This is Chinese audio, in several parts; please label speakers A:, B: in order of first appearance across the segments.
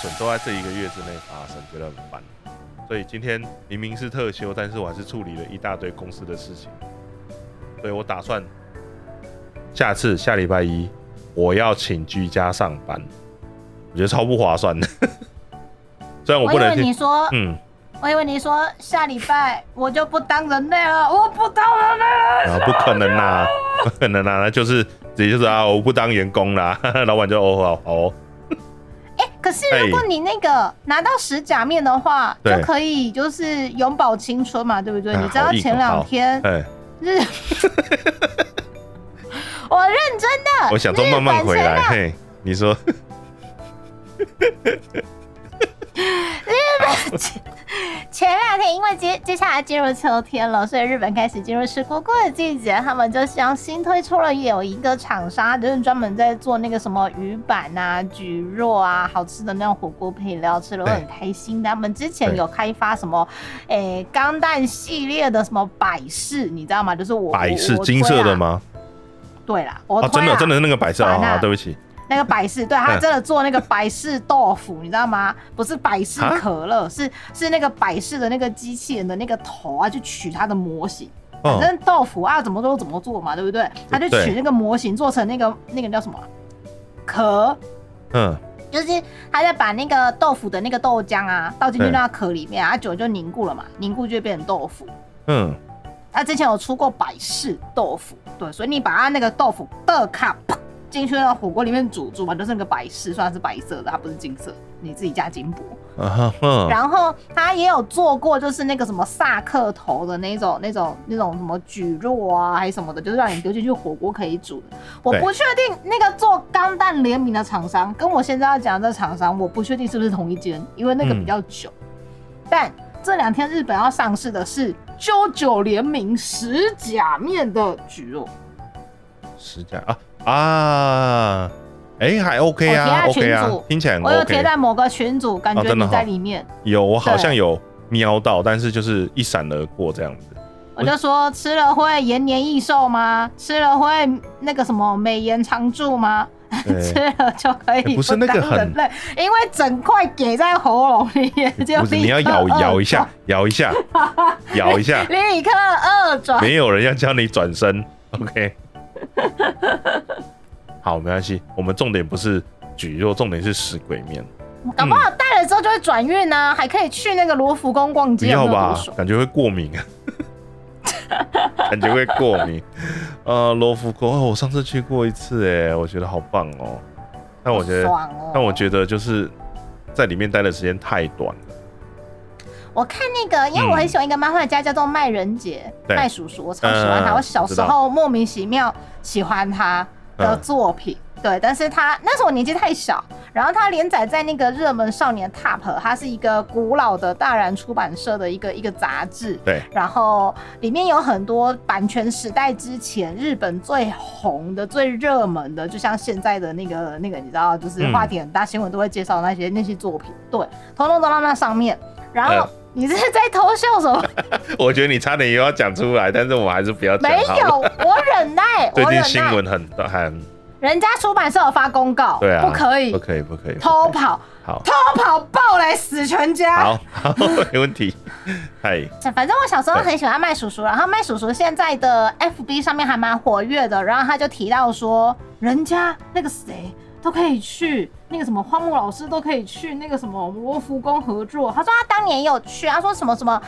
A: 损都在这一个月之内发生，觉得很烦。所以今天明明是特休，但是我还是处理了一大堆公司的事情。所以我打算下次下礼拜一我要请居家上班，我觉得超不划算 的。虽然我
B: 我
A: 不
B: 以
A: 能
B: 为
A: 去，
B: 你说，
A: 嗯，
B: 我以为你说下礼拜我就不当人类了，我不当人类了。
A: 啊，不可能啦、不可能啦、那就是直接就是啊，我不当员工啦， 老板就哦好好哦，
B: 哎、可是如果你那个拿到十甲面的话，就
A: 对
B: 可以就是永葆青春嘛，对不对？
A: 啊
B: 你知道
A: 好硬哦
B: 前两
A: 好
B: 天
A: 哎、
B: 日，我认真的，
A: 我想说慢慢回
B: 日本前
A: 来，
B: 两
A: 嘿，你说
B: 前两天因为接接下来进入秋天了，所以日本开始进入吃锅锅的季节，他们就像新推出了有一个厂商，就是专门在做那个什么鱼板啊、蒟蒻啊，好吃的那种火锅配料，吃了会很开心的。他们之前
A: 对
B: 有开发什么，诶、钢蛋系列的什么百事，你知道吗？就是我
A: 百事
B: 我我
A: 金
B: 推
A: 色的
B: 啊？
A: 吗？
B: 对啦，我
A: 哦，
B: 推
A: 真的
B: 啦
A: 真的是那个白色
B: 烦
A: 哦，
B: 啊
A: 好对不起，
B: 那个百事，对他
A: 嗯
B: 真的做那个百事豆腐，你知 道吗？不是百事可
A: 啊
B: 乐，是是那个百事的那个机器人的那个头啊，就取它的模型。反
A: 哦，
B: 正豆腐啊，怎么做怎么做嘛，对不对？他就取那个模型做成那个那个叫什么啊壳，
A: 嗯，
B: 就是他在把那个豆腐的那个豆浆啊倒进去
A: 对
B: 那个壳里面啊，久了就凝固了嘛，凝固就会变成豆腐。
A: 嗯，
B: 他之前有出过百事豆腐，对，所以你把它那个豆腐的卡啪进去那个火锅里面煮煮嘛，就是那个百事，虽然是白色的，它不是金色，你自己加金箔。
A: 啊哈哼，
B: 然后他也有做过，就是那个什么萨克头的那种、那种、那种什么蒟蒻啊，还是什么的，就是让你丢进去火锅可以煮的。我
A: 对
B: 不确定那个做钢蛋联名的厂商跟我现在要讲的这厂商，我不确定是不是同一间，因为那
A: 嗯
B: 个比较久。但这两天日本要上市的是 JoJo 联名十甲面的蒟蒻，
A: 十家啊啊，哎，还 OK 啊
B: 我贴
A: ，OK
B: 在
A: 啊
B: 群组，
A: 听起来很
B: 我有贴
A: OK，
B: 在某个群组，感
A: 哦
B: 觉
A: 真的
B: 你在
A: 哦
B: 里面，
A: 有我好像有瞄到，但是就是一闪而过这 样子，
B: 我就说吃了会延年益寿吗？吃了会那个什么美颜常驻吗？吃
A: 对，
B: 了就可以
A: 哎不是那个
B: 当人
A: 很
B: 类，因为整块给在喉咙里面，就
A: 不是
B: 立
A: 你
B: 刻
A: 要咬
B: 二
A: 咬一下，咬一下， 咬一下，
B: 转，立刻二转。
A: 没有人要教你转身，OK。好，没关系，我们重点不是举弱，重点是食鬼面。
B: 搞不好戴了之后就会转运呢，还可以去那个罗浮宫逛
A: 不
B: 街，
A: 要
B: 有没有多
A: 吧
B: 爽，
A: 感觉会过敏 啊，感觉会过敏。呃，罗浮宫，哦我上次去过一次，哎，我觉得好棒哦。但我觉得，
B: 爽哦。
A: 但我觉得就是在里面待的时间太短了。
B: 我看那个，因为我很喜欢一个漫画家叫做麦人杰，
A: 对
B: 麦叔叔，我超喜欢他。
A: 嗯
B: 我小时候莫名其妙喜欢他的作品，对，但是他那时候我年纪太小，然后他连载在那个热门少年 TOP，它是一个古老的大然出版社的一个一个杂志，
A: 对，
B: 然后里面有很多版权时代之前日本最红的、最热门的，就像现在的那个那个，你知道，就是
A: 嗯
B: 话题很大，新闻都会介绍那些那些作品，对，通通都到那上面。然后
A: 呃
B: 你是在偷笑什么？
A: 我觉得你差点又要讲出来，但是我还是不要讲
B: 没
A: 好
B: 有，
A: 了。
B: 我忍耐，
A: 最
B: 我
A: 近
B: 忍
A: 新
B: 耐。
A: 闻很大，很
B: 人家出版社有发公告，
A: 对啊，
B: 不可以
A: 不可以，不可以，不可以
B: 偷。跑，
A: 好，
B: 偷跑抱来死全家。
A: 好，好， 没问题。嗨，
B: 嗯反正我小时候很喜欢麦叔叔，然后麦叔叔现在的 FB 上面还蛮活跃的，然后他就提到说，人家那个谁都可以去，那个什么荒木老师都可以去，那个什么罗浮宫合作。他说他当年也有去，他说什么什么，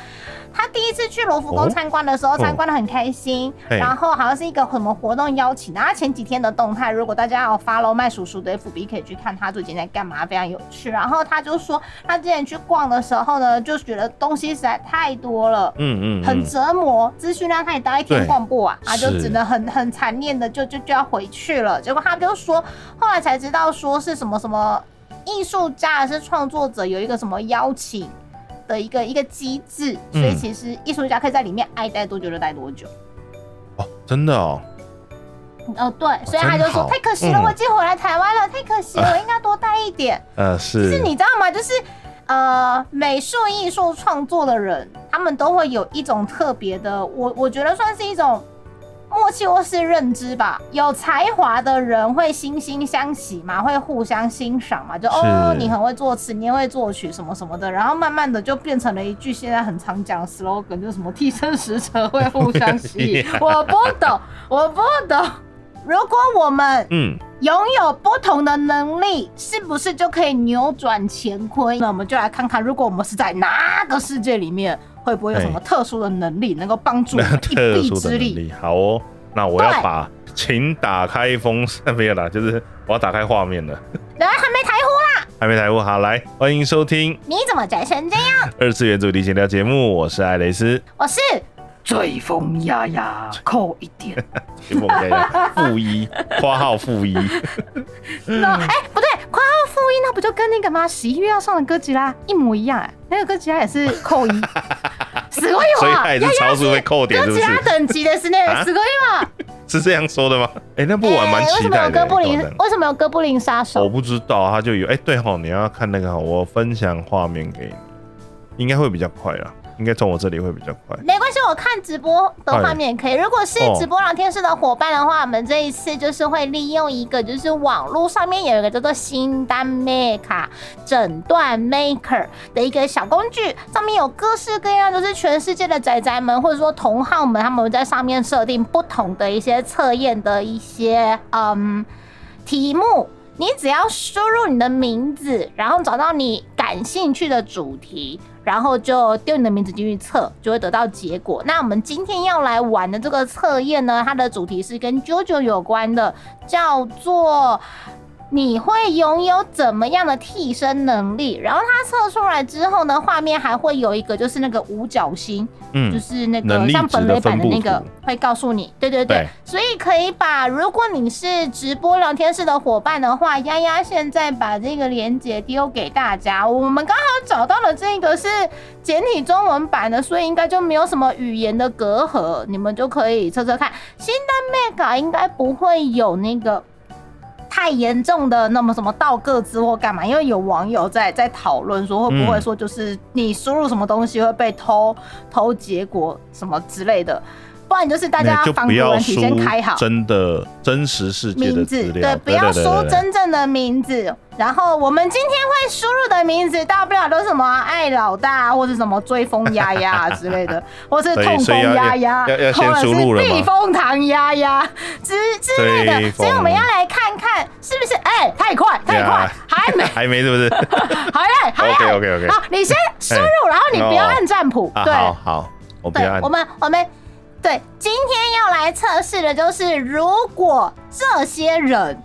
B: 他第一次去罗浮宫
A: 哦
B: 参观的时候，参观的很开心，
A: 嘿
B: 然后好像是一个什么活动邀请。然后他前几天的动态，如果大家有 follow 麦叔叔的 FB，可以去看他最近在干嘛，非常有趣。然后他就说，他之前去逛的时候呢，就觉得东西实在太多了。
A: 嗯嗯，
B: 很
A: 嗯，
B: 折磨，资讯量太大，一天
A: 对
B: 逛不完，他就是只能很很残念的就就就要回去了。结果他们就说，后来才知道说是什么什么艺术家还是创作者有一个什么邀请的一个一个机制，所以
A: 嗯
B: 其实艺术家可以在里面爱待多久就待多久。
A: 哦，真的哦，
B: 哦，对，所以他
A: 真
B: 就说
A: 好
B: 太可惜了，
A: 嗯哎
B: 我已经回来台湾了，太可惜了，我应该多待一点。
A: 呃，
B: 就是是你知道吗？就是呃，美术艺术创作的人，他们都会有一种特别的，我我觉得算是一种默契或是认知吧。有才华的人会惺惺相惜嘛，会互相欣赏嘛，就哦，
A: 是
B: 你很会作词，你也会作曲什么什么的，然后慢慢的就变成了一句现在很常讲的 slogan，就是什么替身使者会互相吸
A: 对
B: 引
A: 啊。
B: 我不懂，我不懂。如果我们
A: 嗯，
B: 拥有不同的能力，是不是就可以扭转乾坤？那我们就来看看，如果我们是在哪个世界里面，会不会有什么特殊的能力能够帮助我
A: 那
B: 们 一
A: 特
B: 臂
A: 殊的
B: 之
A: 能
B: 力？
A: 力，好哦。那我要
B: 对
A: 把请打开风扇，没有啦，就是我要打开画面了，
B: 来，还没台呼啦，
A: 还没台过好，来欢迎收听
B: 你怎么宅成这样？
A: 二次元主题闲聊节目，我是艾蕾斯，
B: 我是
C: 醉风呀呀，扣一点。
A: 请我们家负一，括号负 一，
B: 那
A: 嗯
B: 哎、不对，括号负一，那不就跟那个吗？十一月要上的哥吉拉一模一样、哎，那个哥吉拉也是扣一， 死鬼
A: 所以
B: 我，啊
A: 它也是
B: 要
A: 超速被扣点，
B: 哥
A: 是不
B: 吉
A: 是？
B: 拉等级的是那
A: 啊
B: 个死鬼我。
A: 是这样说的吗？哎、那部我还蛮
B: 哎为
A: 期
B: 什么
A: 待
B: 有
A: 的、
B: 哥布
A: 等
B: 林
A: 等？
B: 为什么有哥布林杀
A: 我
B: 手？
A: 不知道，他就有哎、对吼，你要看那个吼，我分享画面给你，应该会比较快啦，应该从我这里会比较快。
B: 没关系，我看直播的画面也可以。如果是
A: 哦
B: 直播狼天使的伙伴的话，我们这一次就是会利用一个，就是网络上面有一个叫做新单 Maker 诊断 Maker 的一个小工具，上面有各式各样，就是全世界的宅宅们或者说同好们，他们会在上面设定不同的一些测验的一些嗯题目。你只要输入你的名字，然后找到你感兴趣的主题，然后就丢你的名字进去测，就会得到结果。那我们今天要来玩的这个测验呢，它的主题是跟 JoJo 有关的，叫做。你会拥有怎么样的替身能力？然后它测出来之后呢，画面还会有一个就是那个五角星，就
A: 嗯，
B: 是那
A: 能
B: 个
A: 力
B: 像
A: 值
B: 本
A: 的
B: 垒版的
A: 分布
B: 那个
A: 图
B: 会告诉你，对对对，
A: 对
B: 所以可以把如果你是直播聊天室的伙伴的话，丫丫现在把这个链接丢给大家，我们刚好找到了这个是简体中文版的，所以应该就没有什么语言的隔阂，你们就可以测测看。新的 mega 应该不会有那个。太严重的那么什么倒个子或干嘛？因为有网友在在讨论说会不会
A: 嗯
B: 说就是你输入什么东西会被偷偷结果什么之类的，不然就是大
A: 那
B: 家
A: 就
B: 防
A: 不
B: 毒
A: 要
B: 软体
A: 输
B: 先开好。
A: 真的真实世界的
B: 名
A: 资
B: 字，
A: 料，
B: 对，不要
A: 对
B: 输
A: 对
B: 真正的名字。然后我们今天会哎输入的名字，大不了都是什么爱老大，或是什么追风丫丫之 类的，或是
A: 所以
B: 痛
A: 所
B: 风
A: 以要
B: 丫丫，
A: 要要要先
B: 或者
A: 输
B: 是
A: 入了嘛
B: 避风塘丫丫之之
A: 追
B: 类的。
A: 风
B: 所以我们要来看看是不是？哎、太快，太快
A: 呀，
B: 还没
A: 对， 还没是不是
B: 还 没，还
A: ？OK
B: 没。
A: OK OK，
B: 好，你先输入，然后你不要
A: 哦
B: 按占卜，
A: 啊，
B: 对，
A: 好好，我不
B: 对
A: 要，按
B: 我，们我们对今天要来测试的就是，如果这些人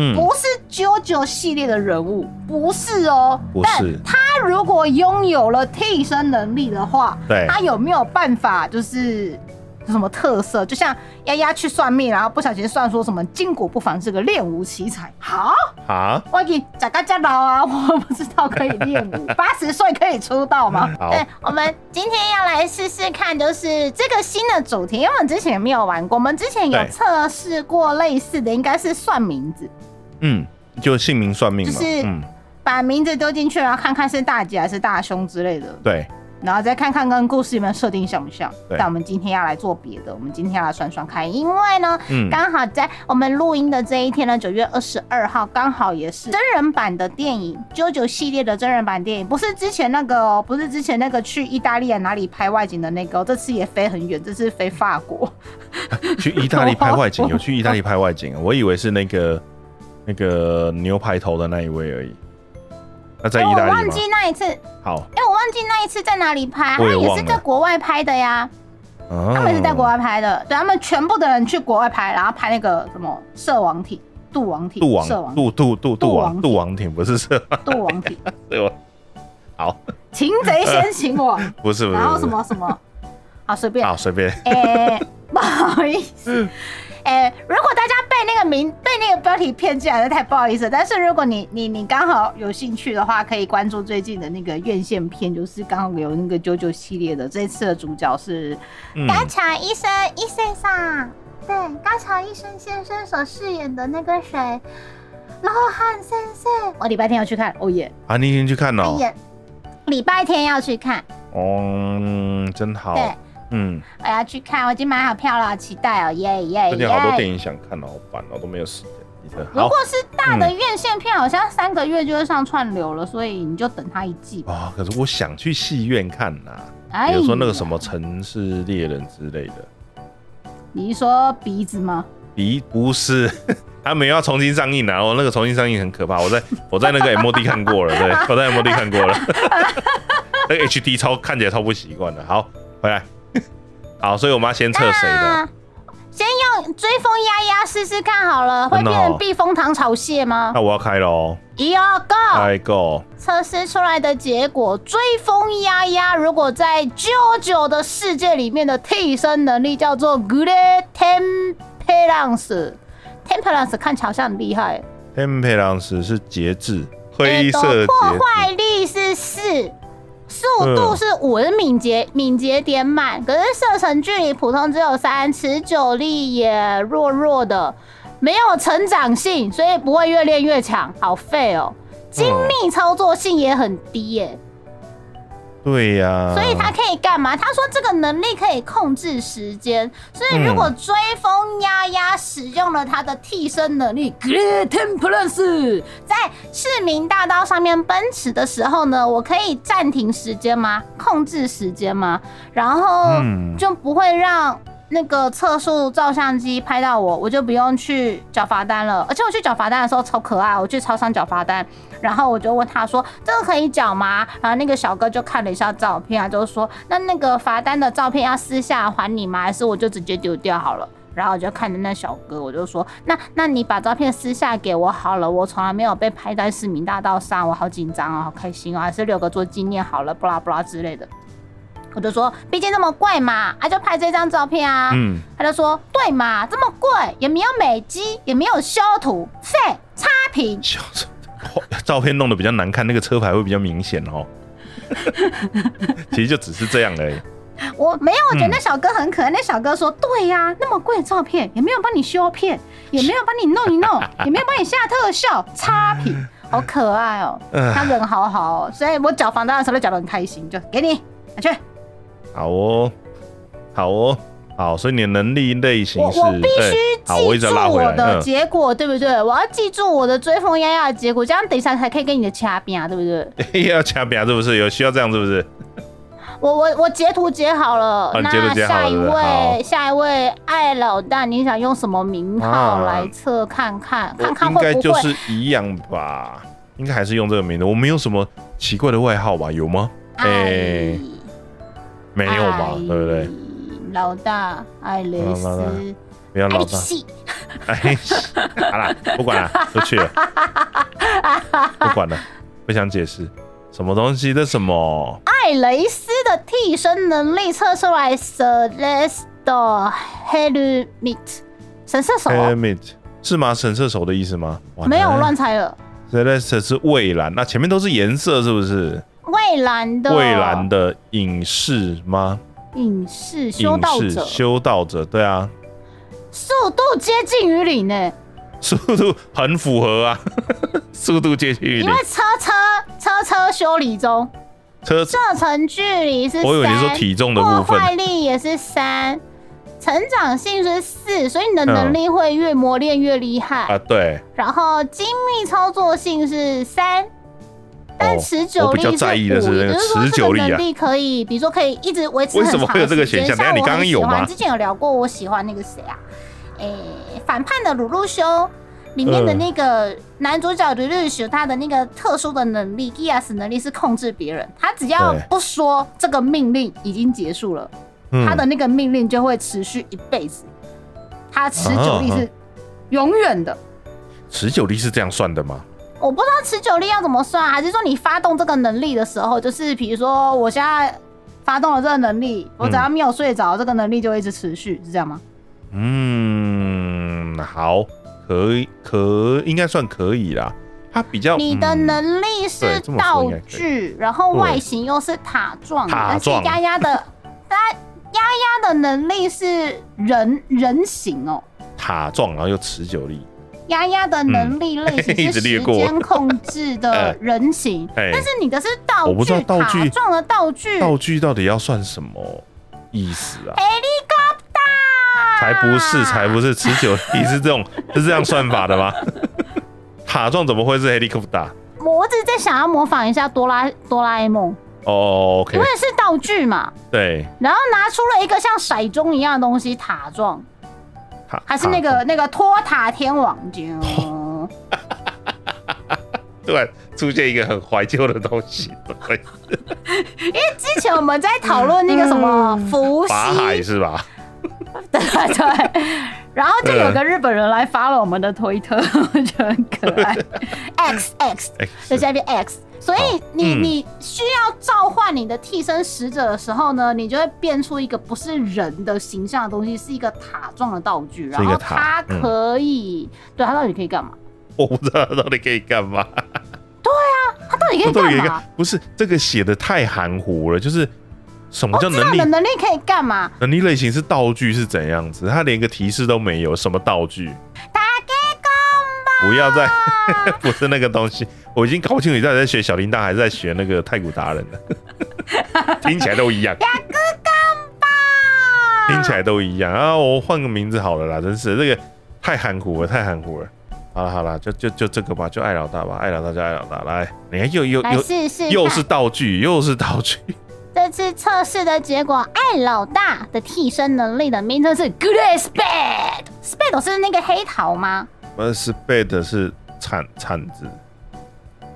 A: 嗯，
B: 不是 JoJo 系列的人物，不是哦，
A: 不
B: 但
A: 是
B: 他如果拥有了替身能力的话，
A: 对
B: 他有没有办法就是？有什么特色？就像丫丫去算命，然后不小心算说什么筋骨不凡是个练武奇才。好，
A: 啊，
B: 我给假个假老啊，我不知道可以练舞，八十岁可以出道吗？
A: 好
B: 对，我们今天要来试试看，就是这个新的主题，因为我们之前也没有玩过，我们之前有
A: 对
B: 测试过类似的，应该是算名字，
A: 嗯，就姓名算命嘛，
B: 就是
A: 嗯，
B: 把名字丢进去，然后看看是大姐还是大胸之类的，
A: 对，
B: 然后再看看跟故事里面设定像不像。
A: 对
B: 但我们今天要来做别的，我们今天要来算算看，因为呢，
A: 嗯，
B: 刚好在我们录音的这一天呢，九月二十二号，刚好也是真人版的电影《JoJo 系列的真人版电影，不是之前那个、哦，不是之前那个去意大利啊哪里拍外景的那个、哦，这次也飞很远，这次飞法国。
A: 去意大利拍外景，
B: 我
A: 有去意大利拍外景，我以为是那个那个牛排头的那一位而已。那在
B: 哎
A: 意
B: 我
A: 大利
B: 忘
A: 吗
B: 记？那一次，哎、
A: 好，
B: 我忘记那一次在哪里拍，他
A: 我也
B: 们也
A: 忘
B: 是
A: 了嗯
B: 在国外拍的呀，他
A: 他
B: 们也是在国外拍的，对，他们全部的人去国外拍，然后拍那个什么射王体、杜王体、
A: 杜
B: 射
A: 王
B: 王
A: 杜杜杜杜
B: 杜
A: 王
B: 王
A: 杜王挺不是是吧？
B: 杜王体，
A: 对我好
B: 擒贼先擒王，
A: 不是不是
B: 然后
A: 不
B: 什
A: 是
B: 么什么，好随便，
A: 好随便
B: 哎、不好意思，哎、如果大家被那个名被那个标题骗进来的，太不好意思了。但是如果你你你刚好有兴趣的话，可以关注最近的那个院线片，就是刚好有那个九九系列的，这次的主角是
A: 嗯
D: 高桥医生医生上，对高桥医生先生所饰演的那个谁，罗汉先生哎
B: 我礼拜天要去看，哦耶！
A: 啊，你已经去看了
D: 演
B: 礼拜天要去看，
A: 哦，嗯，真好
B: 对。
E: 嗯，
B: 我要去看，我已经买好票了，好期待哦，耶耶
E: 最近好多电
B: 耶！
E: 影想看，好烦哦，都没有时间。你真
B: 如
E: 好
B: 果，是大的院线片，好像三个月就会上串流了，所以你就等它一季吧。
A: 啊、可是我想去戏院看呐、
B: 哎
A: 比如说那个什么《城市猎人》之类的，
B: 你是说鼻子吗？
A: 咦，不是， 他们要重新上映啊！哦，那个重新上映很可怕，我在我在那个 MOD 看过了，对，我在 MOD 看过了， 那个 HD 超看起来超不习惯的。好，回来， 好，所以我们要先测谁的？
B: 那先用追风压压试试看好了，会
A: 真的
B: 变
A: 哦
B: 成避风塘炒蟹吗？
A: 那我要开喽，
B: 一二 go！
A: 开哦 go，
B: 测试出来的结果，追风压压如果在 JoJo 的世界里面的替身能力叫做 Great Temperance。Temperance 看起来好像很厉害，
A: Temperance 是节制，灰
B: 欸
A: 色节
B: 破坏
A: 制，
B: 力是四，速
A: 嗯
B: 度是五，是敏捷，敏捷点满。可是射程距离普通只有三，持久力也弱弱的，没有成长性，所以不会越练越强，好废哦。精
A: 嗯
B: 密操作性也很低耶、
A: 对呀、
B: 所以他可以干嘛？他说这个能力可以控制时间，所以如果追风丫丫使用了他的替身能力 Great Temperance，在市民大道上面奔驰的时候呢，我可以暂停时间吗？控制时间吗？然后
A: 嗯
B: 就不会让。那个测速照相机拍到我，我就不用去缴罚单了。而且我去缴罚单的时候超可爱，我去超商缴罚单，然后我就问他说：“这个可以缴吗？”然后那个小哥就看了一下照片啊，就说：“那那个罚单的照片要私下还你吗？还是我就直接丢掉好了？”然后我就看着那小哥，我就说：“那那你把照片私下给我好了，我从来没有被拍在市民大道上，我好紧张哦，好开心哦，还是留个做纪念好了，不啦不啦之类的。”我就说：“毕竟那么贵嘛，啊就拍这张照片啊。”
E: 嗯，
B: 他就说：“对嘛，这么贵，也没有美肌，也没有修图，废差评。”
A: 小 照片弄得比较难看，那个车牌会比较明显哦。 其实就只是这样而已。
B: 我没有，我
A: 嗯
B: 觉得那小哥很可爱。那小哥说：“对呀、那么贵的照片也没有帮你修片，也没有帮你弄一 弄，也没有帮你下特效，差评，好可爱哦、
A: 唉
B: 他人好好哦、所以我缴房贷的时候都缴得很开心，就给你拿去。
A: 好哦，好哦，好，所以你的能力类型
B: 我
A: 是，
B: 我必须
A: 对好，我一
B: 记
A: 直
B: 住
A: 要拉回
B: 我
A: 来，嗯，
B: 的结果，对不对？我要记住我的追风丫丫的结果，这样等一下才可以跟你的掐边啊，对不对？
A: 要掐表是不是？有需要这样是不是？
B: 我我我截图截好了，
A: 哦你
B: 那
A: 截图截好了
B: 下一
A: 对不对好
B: 位下一位艾老大，你想用什么名号
E: 啊
B: 来测看看、
E: 我
B: 看看
E: 应
B: 会
E: 该
B: 不
E: 就
B: 会？
E: 是一样吧。
A: 应该还是用这个名字，我没有什么奇怪的外号吧？有吗？哎、
B: 哎，
A: 没有吧？对
B: 哎
A: 不对？？
B: 老大爱蕾
A: 老大
B: 丝，
A: 不要
B: 爱
A: 老
B: 丽
A: 大，
B: 丝，
A: 哎，好啦，不管 了，都去了，不管了，不想解释，什么东西的什么？
B: 爱蕾丝的替身能力测出来，Celeste Helmet，神射手
A: h
B: 哦、
A: e l m e t 是吗？神射手的意思吗？完了
B: 没有我乱猜了，
A: Celeste 是蔚蓝，那前面都是颜色，是不是？
B: 蔚蓝的
A: 蔚蓝的影视吗？
B: 影视修道
A: 影视
B: 者，
A: 修道者，对啊，
B: 速度接近于零呢。
A: 速度很符合啊， 速度接近于
B: 因
A: 零
B: 为。车车车车修理中，
A: 车，
B: 射程距离是三，
A: 我以为你说体重的部
B: 破
A: 分
B: 坏力也是三，成长性是四，所以你的
A: 嗯
B: 能力会越磨练越厉害。
A: 啊，对，
B: 然后精密操作性是三。但
A: 哦
B: 持久
A: 我
B: 力
A: 比
B: 是
A: 较
B: 五，
A: 在意的是那
B: 也
A: 个
B: 就是说
A: 持
B: 这
A: 久
B: 个
A: 力啊
B: 能力可以，比如说可以一直维持
A: 为
B: 很
A: 什么
B: 长
A: 会有
B: 的
A: 这个
B: 时间
A: 选项
B: 像
A: 等一下你
B: 我
A: 刚刚
B: 很喜
A: 有吗
B: 欢之前有聊过，我喜欢那个谁啊，诶、反叛的鲁路修里面
A: 嗯
B: 的那个男主角鲁路修，他的那个特殊的能力 Gias 能力是控制别人，他只要
A: 对
B: 不说这个命令已经结束了，
A: 嗯
B: 他的那个命令就会持续一辈子，他持久力
A: 啊
B: 是永远的。
A: 持久力是这样算的吗？
B: 我不知道持久力要怎么算啊，还是说你发动这个能力的时候，就是比如说我现在发动了这个能力，我只要没有睡着，这个能力就会一直持续，是这样吗？
A: 嗯，好，可以，可应该算可以啦。它比较
B: 你的
A: 嗯
B: 能力是
A: 对这么说
B: 道
A: 应该可以
B: 具，然后外形又是塔状的，
A: 塔
B: 而且
A: 状
B: 丫丫的， 它丫丫的能力是人人形哦。
A: 塔状，然后又持久力，
B: 丫丫的能力类
A: 嗯
B: 型
A: 一
B: 是
A: 直略
B: 时
A: 过
B: 间控制的
A: 呃
B: 人形，
A: 哎
B: 但是你的是道
A: 我不知
B: 具
A: 道道具
B: 嗯塔状的道具，
A: 道具到底要算什么？
F: 意思啊？
B: Helicopter！
A: 才不是，才不是，持久力是这种 是这样算法的吗？ 塔状怎么会是 helicopter？
B: 我只是在想要模仿一下哆啦哆啦 A 梦，
A: 哦、o k
B: 因为是道具嘛，
A: 对，
B: 然后拿出了一个像骰盅一样的东西，塔状，
A: 塔
B: 还是那
A: 塔
B: 个那个托塔天王 经。
A: 突然出现一个很怀旧的东西，怎么会
B: 之前我们在讨论那个什么伏
A: 嗯
B: 羲，
A: 法海是吧？
B: 对对，然后就有个日本人来发了我们的推特， 我觉得很可 爱。X X
A: 哎、
B: 在下面 X，所以你、
A: 嗯
B: 你需要召唤你的替身使者的时候呢，你就会变出一个不是人的形象的东西，是一个塔状的道具，
A: 是
B: 然
A: 一
B: 后
A: 个塔嗯
B: 它可以，对它到底可以干嘛？
A: 我不知道它到底可以干嘛。
B: 它到底可以
A: 它到底可以
B: 干嘛
A: 干？不是这个写的太含糊了，就是什么叫能
B: 那你
A: 力
B: 的能力可以干 嘛？
A: 能力类型是道具是怎样子？他连个提示都没有，什么道具？
B: 打给工
A: 不要再
B: 吧
A: 不是那个东西，我已经搞不清楚你到底在学小铃铛还是在学那个太古达人了， 听起来都一样，
B: 吧！
A: 听起来都一样啊！我换个名字好了啦，真是这个太含糊了，太含糊了。好了好了，就就就这个吧，就爱老大吧，爱老大就爱老大。来，你看又又
B: 来
A: 又
B: 试试看，
A: 又是道具，又是道 具，
B: 这次测试的结果，艾老大的替身能力的名称是 Great Spade。Spade 是那个黑桃吗？
A: 呃，是 bed 是铲铲子，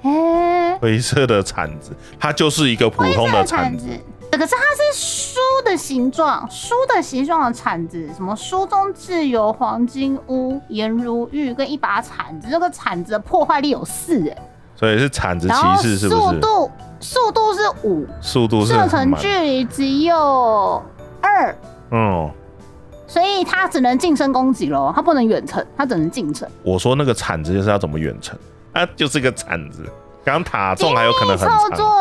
B: 诶，
A: 灰色的铲子，它就是一个普通
B: 这
A: 的
B: 个
A: 铲
B: 铲
A: 子
B: 子。。可是它是书的形状，书的形状的铲子，什么书中自有黄金屋、颜如玉跟一把铲子，这个铲子的破坏力有四哎，
A: 所以是铲子
B: 然后
A: 骑士是不
B: 速
A: 是？
B: 度速度是五，
A: 速度是
B: 射
A: 很
B: 程
A: 慢。
B: 距离只有二，
A: 嗯，
B: 所以它只能近身攻击咯，它不能远程，它只能近程。
A: 我说那个铲子就是要怎么远程，它就是个铲子。刚塔中还有可能很
B: 操
A: 长，
B: 作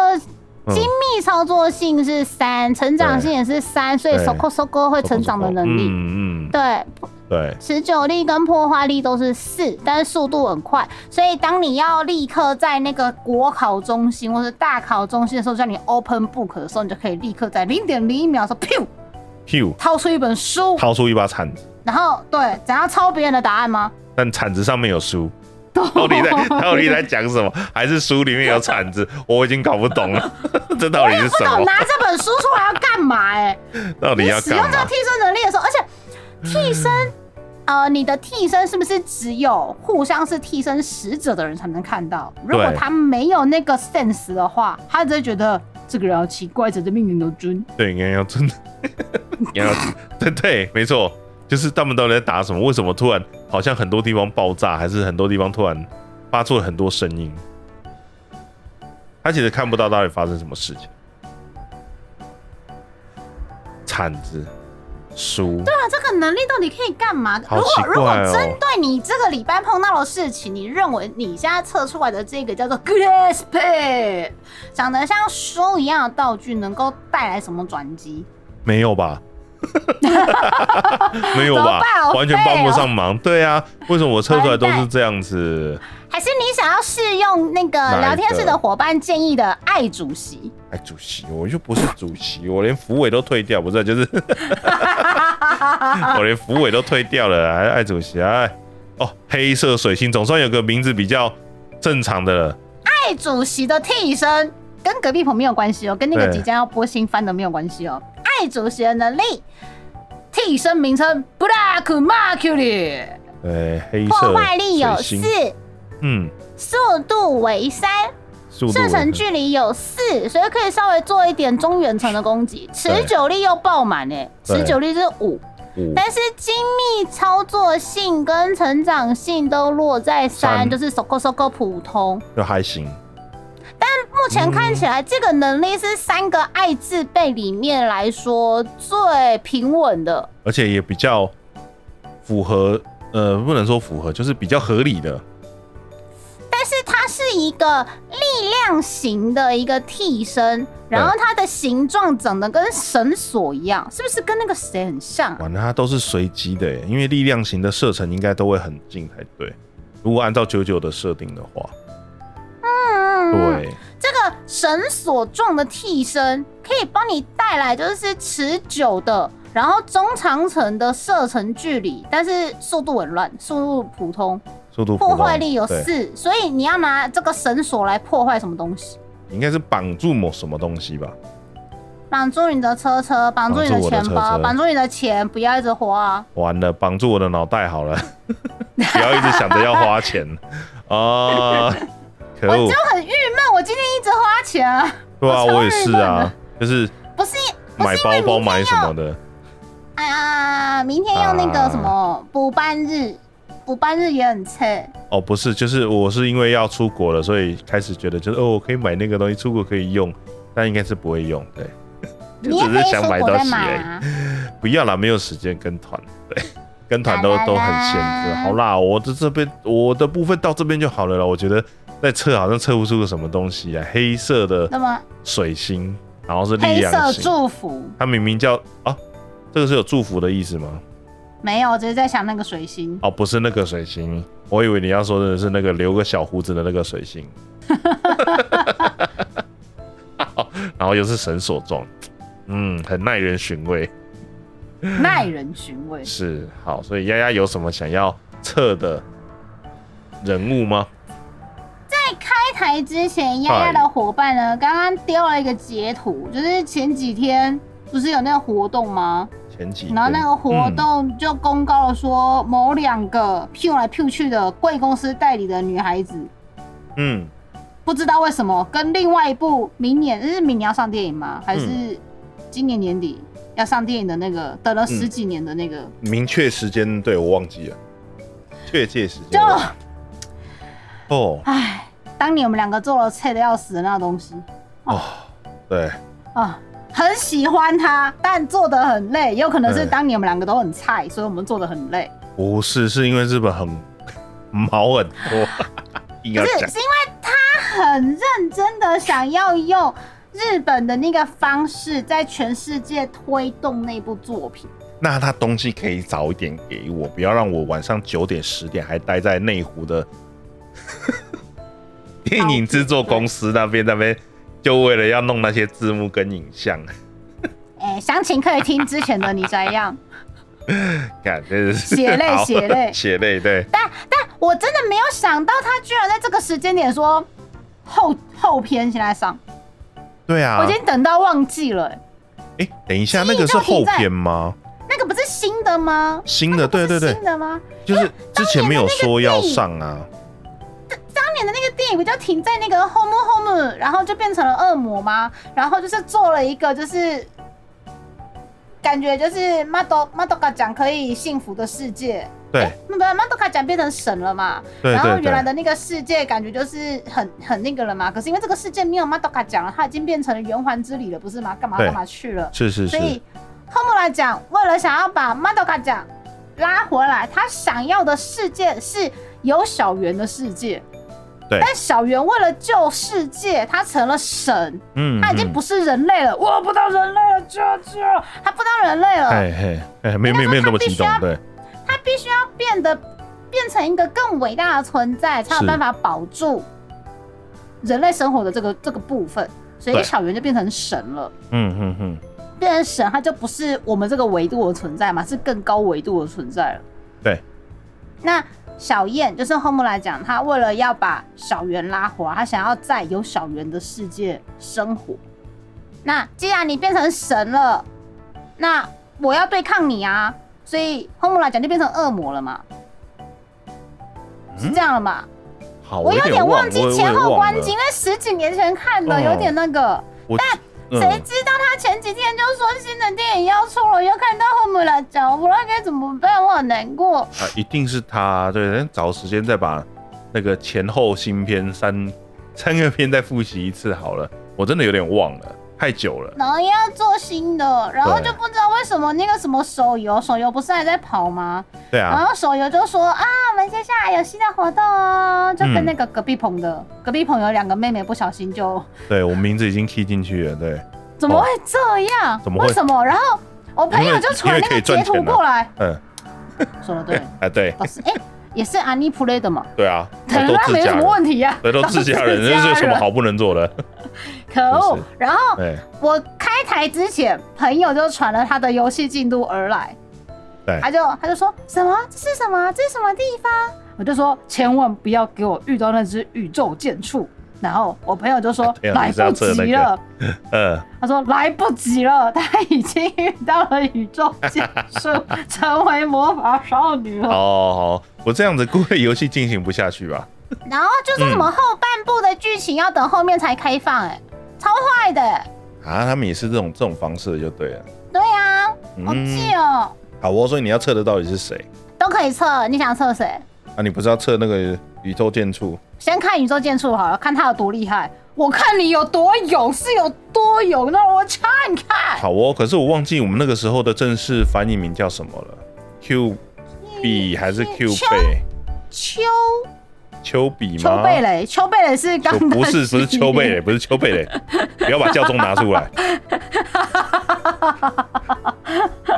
A: 嗯
B: 精密操作性是三，成长性也是三，所以
A: 对
B: 收购收购会成长的能力。
A: 嗯嗯，
B: 对，
A: 对，
B: 持久力跟破坏力都是四，但是速度很快，所以当你要立刻在那个国考中心或是大考中心的时候，叫你 open book 的时候，你就可以立刻在零点零一秒的时候，噗，
A: 咻，
B: 掏出一本书，
A: 掏出一把铲子，
B: 然后对，怎样抄别人的答案吗？
A: 但铲子上面有书。
B: 哦
A: 到底在到底在讲什么？还是书里面有铲子？我已经搞不懂了， 这到底是
B: 不
A: 什
B: 懂
A: 么？
B: 拿这本书出来要干嘛、欸？哎。
A: 到底
B: 你
A: 要
B: 使用
A: 干
B: 这
A: 嘛
B: 个
A: 嗯
B: 替？身能力的时候，而且替身，呃，你的替身是不是只有互相是替身使者的人才能看到？如果
A: 对
B: 他没有那个 sense 的话，他只会觉得这个人好奇怪，怎么命令都尊。
A: 对，应该要 真的，应该要对对，没错，就是他们到底在打什么？为什么突然好像很多地方爆炸，还是很多地方突然发出了很多声音？他其实看不到到底发生什么事情。铲子、书，
B: 那啊这个能力到底可以干嘛？
A: 好
B: 如
A: 奇
B: 果
A: 怪
B: 如果
A: 哦
B: 针对你这个礼拜碰到的事情，你认为你现在测出来的这个叫做 Grace Pad，长得像书一样的道具，能够带来什么转机？
A: 没有吧？ 没有
B: 怎么
A: 吧
B: 办好？
A: 完全
B: 废
A: 帮不
B: 哦
A: 上忙。对啊，为什么我测出来都
B: 完
A: 是
B: 蛋
A: 这样子？
B: 还是你想要试用那
A: 哪
B: 个
A: 一
B: 聊天室
A: 个
B: 的伙伴建议的爱主席？
A: 哎，主席，我又不是主席，我连辅委都退掉，不是，就是 我连辅委都退掉了，还爱主席啊？哎哦，黑色水星总算有个名字比较正常的了。
B: 爱主席的替身跟隔壁棚没有关系哦，跟那个
A: 对
B: 即将要播新番的没有关系哦。爱主席的能力，替身名称 Black Mercury，
A: 对，黑色
B: 破坏力有
A: 水
B: 四
A: 星，嗯，
B: 速度为三，
A: 速度
B: 射程
A: 为
B: 距离有四，所以可以稍微做一点中远程的攻击，持久力又爆满诶，
A: 对
B: 持久力是五，
A: 五，
B: 但是精密操作性跟成长性都落在三，
A: 三
B: 就是手扣手扣普通。
A: 就还行。
B: 目前看起来，这个能力是三个爱字辈里面来说最平稳的。
A: 而且也比较符合，呃，不能说符合，就是比较合理的。
B: 但是它是一个力量型的一个替身，然后它的形状长得跟绳索一样，是不是跟那个谁很像啊、
A: 完了，它都是随机的耶，因为力量型的射程应该都会很近才对。如果按照九九的设定的话，
B: 嗯，
A: 对，
B: 这个神所状的替身，可以帮你带来就是持久的，然后中长程的射程距离，但是速度很乱，速度普通，
A: 速度
B: 破
A: 普通
B: 坏力有，
A: 对
B: 四，所以你要拿这个绳索来破坏什么东西？
A: 应该是绑住某什么东西吧？
B: 绑住你的车车，绑住你
A: 绑住我的
B: 钱包，
A: 车车
B: 绑住你的钱，不要一直花、啊。
A: 完了，绑住我的脑袋 好了，不要一直想着要花钱 啊！可
B: 我
A: 恶
B: 就，很郁闷，我今天一直花钱啊、
A: 对啊，
B: 我超
A: 我也是
B: 郁闷
A: 啊
B: 的，
A: 就是
B: 不是不
A: 买
B: 是
A: 包
B: 因为
A: 包
B: 明天
A: 买什
B: 要
A: 么的，
B: 哎呀，明天要那
A: 啊
B: 个什么补班日，补班日也很切。
A: 哦，不是，就是我是因为要出国了，所以开始觉得就是哦，我可以买那个东西，出国可以用，但应该是不会用，对，
B: 你也
A: 就只
B: 可
A: 是
B: 以
A: 想
B: 出
A: 买
B: 国
A: 东
B: 再
A: 西
B: 买
A: 而已。
B: 啊，
A: 不要啦，没有时间跟团， 对，跟团都
B: 啦啦
A: 都很限制。好啦，我这这边我的部分到这边就好了啦。我觉得在测好像测不出个什么东西啊，黑色的
B: 那么
A: 水星，然后是 力
B: 黑色
A: 量型，
B: 祝福
A: 它明明叫啊，这个是有祝福的意思吗？
B: 没有，我只是在想那个水星。
A: 哦，不是那个水星，我以为你要说的是那个留个小胡子的那个水 星。 然后又是绳索状，嗯，很耐人寻味。
G: 耐人寻味。
A: 是好，所以丫丫有什么想要测的人物吗？
B: 开台之前，丫丫的伙伴呢，刚刚丢了一个截图，就是前几天不是有那个活动吗？
A: 前几
B: 然后那
A: 天
B: 个活动就公告了说，某两个 P 来 P 去的贵公司代理的女孩子，
A: 嗯，
B: 不知道为什么跟另外一部明年是明年要上电影吗？还
A: 嗯
B: 是今年年底要上电影的那个等了
A: 嗯
B: 十几年的那个？
A: 明确时间对我忘记了，确切时
B: 就
A: 间我忘了哦
B: 唉，当年我们两个做了菜的要死的那东西
A: 哦，对，
B: 啊，很喜欢它，但做的很累，有可能是
A: 嗯
B: 当年我们两个都很菜，所以我们做的很累。
A: 不是是因为日本很 毛很多，硬要
B: 不是，
A: 讲
B: 是因为他很认真的想要用日本的那个方式，在全世界推动那部作品。
A: 那他东西可以早一点给我，不要让我晚上九点十点还待在内湖的 电影制作公司那边那边，就为了要弄那些字幕跟影像，
B: 哎、详情可以听之前的你怎样。
A: 看真是
B: 血泪
A: 好
B: 血 泪
A: 血泪，对，
B: 但但我真的没有想到，他居然在这个时间点说后后篇现在上，
A: 对啊，
B: 我已经等到忘记了、欸
A: 哎、等一下，那个是后篇吗？
B: 那个不是新的吗？
A: 新的，对对
B: 那个不是
A: 对
B: 新，的吗？
A: 就是之前没有说要上啊，
B: 当年的那个电影不就停在那个 home home，然后就变成了恶魔吗？然后就是做了一个就是感觉就是 Mado Madoka 讲可以幸福的世界，
A: 对
B: 不不，Madoka 讲变成神了嘛？
A: 对
B: 然后
A: 对
B: 原来
A: 对，
B: 的那个世界感觉就是很很那个了嘛。可是因为这个世界没有 Madoka 讲了，它已经变成了圆环之旅了，不是吗？干嘛
A: 对
B: 干嘛去了？
A: 是是
B: 所
A: 是
B: 以，后木来讲，为了想要把 Madoka 讲拉回来，他想要的世界是有小圆的世界。
A: 对
B: 但小圆为了救世界，他成了神，
A: 嗯，
B: 啊他已经
A: 嗯
B: 不，是人类了。我不当人类了，救救！他不当人类了，
A: 哎嘿，哎，没有没有没有那么激动，对，
B: 他必须要变得变成一个更伟大的存在，才有
A: 是
B: 办法保住人类生活的这个这个部分。所以
A: 对
B: 小圆就变成神了。
A: 嗯嗯嗯，
B: 变成神，它就不是我们这个维度的存在嘛，是更高维度的存在了。
A: 对，
B: 那小燕就是后面来讲，她为了要把小圆拉回来，她想要在有小圆的世界生活。那既然你变成神了，那我要对抗你啊！所以后面来讲就变成恶魔了嘛，是这样了嘛？
A: 好，
B: 嗯我有
A: 点
B: 点
A: 忘
B: 记前后关系，因为十几年前看的，
A: 嗯
B: 有点那个。
A: 但
B: 谁知道他前几天就说新的电影要出了，又看到后面来讲，我不知道该怎么办，我很难过。
A: 啊，一定是他，啊对，人找时间再把那个前后新篇三三个篇再复习一次好了，我真的有点忘了，太久了，
B: 然后要做新的，然后
A: 对
B: 就不知道为什么那个什么手游，手游不是还在跑吗？
A: 对
B: 然
A: 啊，
B: 后手游就说啊，我们接下来有新的活动哦，就跟那个隔壁棚的、隔壁棚有两个妹妹不小心就
A: 对我名字已经 key 进去了，对，
B: 怎么会这样？
A: 哦怎么会
B: 为什么？然后我朋友就传那个截图过来，
A: 嗯，
B: 说的对，
A: 啊对
B: 老师哎、也是安妮 play 的嘛，
A: 对啊，
B: 可 能
A: 都
B: 他
A: 自
B: 没有什
A: 家
B: 么
A: 人。
B: 问题呀、啊，
A: 对，都自家人，
B: 自
A: 这
B: 家
A: 是有什么
B: 人
A: 好不能做的？
G: 可恶
A: 是不！
G: 然后
A: 对
G: 我开台之前，朋友就传了他的游戏进度而来，
A: 对
G: 他就他就说什么这是什么这是什么地方？我就说千万不要给我遇到那只宇宙剑畜。然后我朋友就说
A: 对啊
G: 来
A: 你是要
G: 不
A: 测那
G: 及
A: 个
G: 了，
A: 呃，
G: 他说来不及了，他已经遇到了宇宙剑术，成为魔法少女了。
A: 哦，好，我这样子估计游戏进行不下去吧？
B: 然后就说什么后半部的剧情要等后面才开放、哎，超坏的、哎
A: 啊，他们也是这种这种方式就对了。
B: 对啊，好
A: 嗯
B: 气，哦、
A: 好哦，所以你要测的到底是谁？
B: 都可以测，你想测谁？
A: 啊，你不是要测那个宇宙剑处？
B: 先看宇宙剑术好了，看他有多厉害。我看你有多勇，是有多勇，那我掐你看。
A: 好哦，可是我忘记我们那个时候的正式翻译名叫什么了，Q 比还是 Q
B: 丘
A: 贝？
B: 丘
A: 丘比
G: 丘
A: 吗？
G: 贝雷，丘贝雷是刚
A: 就不是不是丘贝 雷，不是丘贝雷，不要把教宗拿出来。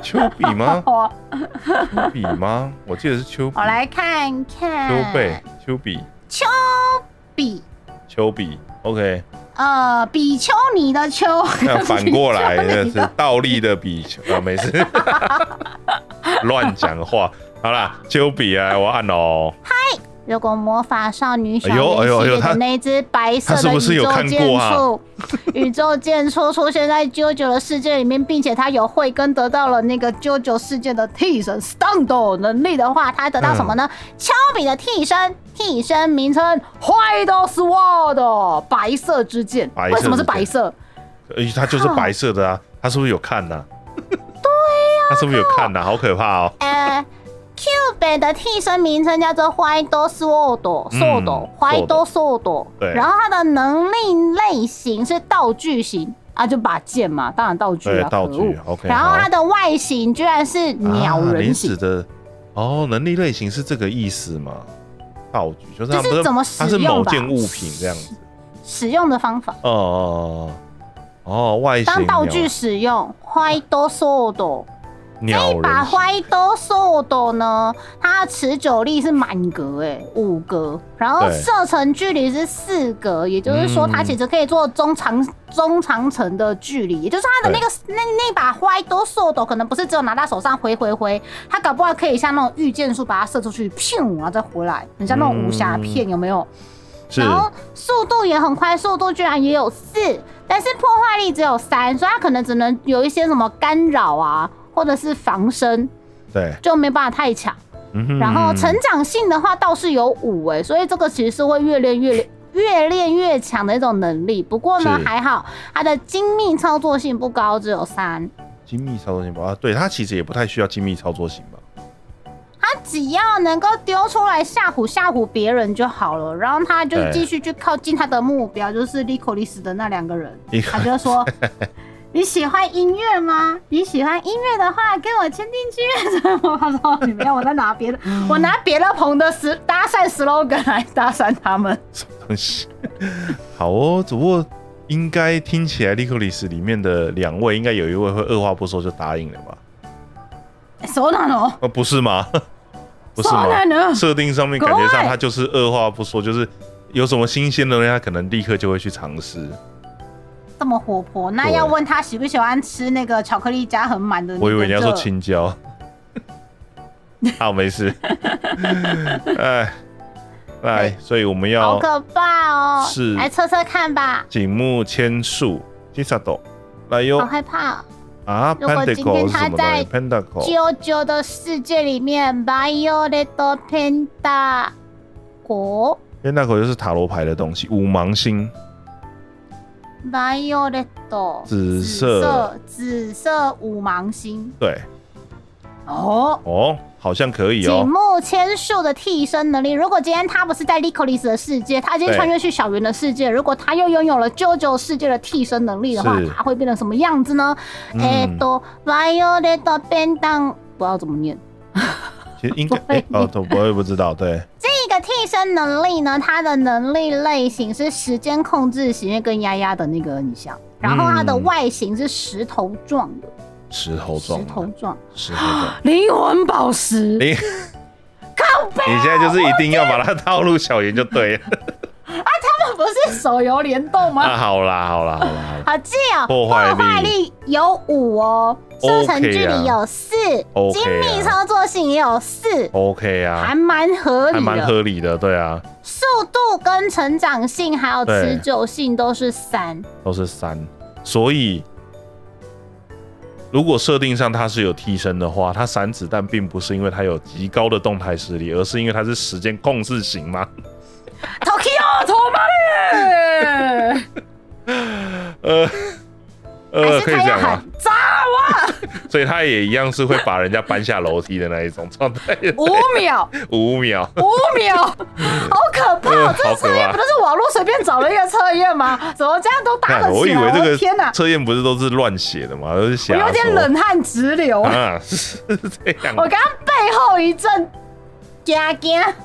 A: 丘比吗？
G: 哦，
A: 丘比吗？我记得是丘比。
B: 我来看看
A: 丘贝、丘比、
B: 丘比
A: 丘比。OK，
B: 呃比丘尼的丘，
A: 那反过来
B: 比丘
A: 那
B: 尼
A: 是
B: 的
A: 倒立的比丘啊，没事， 乱讲话。好啦，丘比啊，我按哦。
B: 如果魔法少女小
A: 哎呦哎
B: 圆
A: 呦哎呦
B: 写
A: 他
B: 的那只白色
A: 他是
B: 的
A: 不
B: 宇
A: 是有
B: 宙
A: 看
B: 剑
A: 过啊
B: 术，宇宙剑术出现在啾啾的世界里面，并且他有慧根得到了那个啾啾世界的替身 Stundo 能力的话，他得到什么呢？
A: 嗯
B: 丘比的替身，替身名称 White Sword 白色之剑。
A: 白色
B: 为什么是
A: 之剑
B: 白色？
A: 哎，它就是白色的啊，他是不是有看呐、对呀、他是不是有看呐、好可怕哦。
B: 呃 Q 北的替身名称叫做 White Sword，
A: 嗯
B: Sword White Sword，
A: 对
B: 然后它的能力类型是道具型啊，就把剑嘛，当然道具
A: 对
B: 啊，，
A: 道
B: 可恶
A: 具。OK 好。
B: 然后它的外形居然是鸟
A: 啊
B: 人
A: 林
B: 形，
A: 子的哦，能力类型是这个意思吗？道具就是它
B: 这是
A: 不是
B: 怎么
A: 它是
B: 使用
A: 某
B: 吧
A: 件物品这样子。
B: 使用的方法
A: 哦哦哦哦，哦外形
B: 当道
A: 鸟
B: 具使用 White Sword。
A: 鸟人
B: 哎把
A: 形
B: White Sword 呢，它的持久力是满格哎、五格，然后
A: 对
B: 射程距离是四格，也就是说它
A: 嗯
B: 其实可以做中长中长程的距离，也就是它的那个那那把 White Sword 可能不是只有拿到手上挥挥挥，它搞不好可以像那种御剑术把它射出去，砰，然后再回来，很像那
A: 嗯
B: 种武侠片、有没有？
A: 是
B: 然后速度也很快，速度居然也有四，但是破坏力只有三，所以它可能只能有一些什么干扰啊，或者是防身，
A: 对，
B: 就没办法太强。
A: 嗯哼
B: 然后成长性的话倒是有五哎、所以这个其实是会越练越越练越强的一种能力。不过呢
A: 是
B: 还好，它的精密操作性不高，只有三。
A: 精密操作型吧，啊对它其实也不太需要精密操作型吧。
B: 它只要能够丢出来吓唬吓唬别人就好了，然后他就
A: 对
B: 继续去靠近他的目标，就是利口利斯的那两个人。
A: 一
B: 他
A: 个
B: 就说：“你喜欢音乐吗？你喜欢音乐的话，跟我签订剧。”他说：“你没有，我在拿 别的，我拿别的棚的时搭讪 slogan 来搭讪他 们。
A: 东西，好哦，只不过应该听起来《利克里斯》里面的两位，应该有一位会二话不说就答应了吧？
B: そうなの？
A: 啊，不是吗？ 不是
B: そ
A: 吗？
B: うなの？
A: 设定上面感觉
B: 国
A: 上
B: 外
A: 他就是二话不说，就是有什么新鲜的东西，他可能立刻就会去尝试。
B: 这么活泼，那
A: 对
B: 要问他喜不喜欢吃那个巧克力加很满的那个
A: 我以为你要说
B: 热
A: 青椒， 好，没事。哎，来，所以我们
B: 哎好
A: 要
B: 可怕哦！
A: 是
B: 来测测看吧，
A: 景木千树金萨斗，来哟
B: 好害怕、哦。”
A: 啊
B: 如果今
A: ，Pentacle
B: 天
A: 是
B: 他
A: 什么东西
B: 在
A: ？Pentacle
B: 啾啾的世界里面，Violet Penta 国
A: Pentacle 就是塔罗牌的东西，五芒星
B: Violet
A: 紫
B: 紫
A: 色，
B: 色紫色五芒星
A: 对，
B: 哦。
A: 哦，好像可以
B: 景
A: 哦，
B: 木千树的替身能力，如果今天他不是在 Licolis 的世界，他今天
A: 对
B: 穿越去小圆的世界，如果他又拥有了啾啾世界的替身能力的话
A: 是，
B: 他会变成什么样子呢？
A: 嗯
B: 哎、都 Violet Pendant，不知道怎么念。
A: 其实应该，哎，哦，都我也不知道，对，
B: 这个替身能力呢，它的能力类型是时间控制型，因为跟丫丫的那个很像。然后它的
A: 嗯
B: 外形是石头状的，
A: 石头
B: 石
A: 撞的，
B: 头状。
A: 石头撞。
G: 灵魂宝石
A: 你你现在就是一定要把它套入小圆就对了，
B: 不是
G: 跟手游联动吗？
A: 啊，好啦，好啦，好啦，好啦
B: 好记哦，
A: 破坏力
B: 力有五哦，射
A: OK
B: 程
A: 啊
B: 距离有四
A: OK 啊
B: 精密操作性也有四。
A: ，OK 啊
B: 还，蛮合
A: 还
B: 理
A: 蛮
B: 的，
A: 合理的，对啊，
B: 速度跟成长性还有
A: 对
B: 持久性都是三，
A: 都是三，所以如果设定上它是有替身的话，它闪子弹并不是因为它有极高的动态视力，而是因为它是时间控制型嘛。
G: Tokyo 头马里，
A: 呃
B: 还
A: 呃，
B: 是
A: 可以
B: 他
A: 这
B: 要
A: 样吗
B: 喊？炸
A: 所以它也一样是会把人家搬下楼梯的那一种状态，
G: 五秒，
A: 五秒，
G: 五秒，好可怕
A: 呃
G: 哦！这
A: 好可
G: 个测验
A: 怕
G: 不就是网络随便找了一个测验吗？怎么这样都
B: 啊
G: 搭
A: 看，
G: 得
A: 我
G: 起
A: 以
G: 来？
A: 为
G: 我
A: 这
G: 的
A: 个
G: 天哪，
A: 测验不是都是乱写的嘛，都是
G: 我
A: 瞎
G: 有点
A: 说
G: 冷汗直流。我
A: 啊，是这样。
G: 刚刚背后一阵
B: 加惊，
A: 哎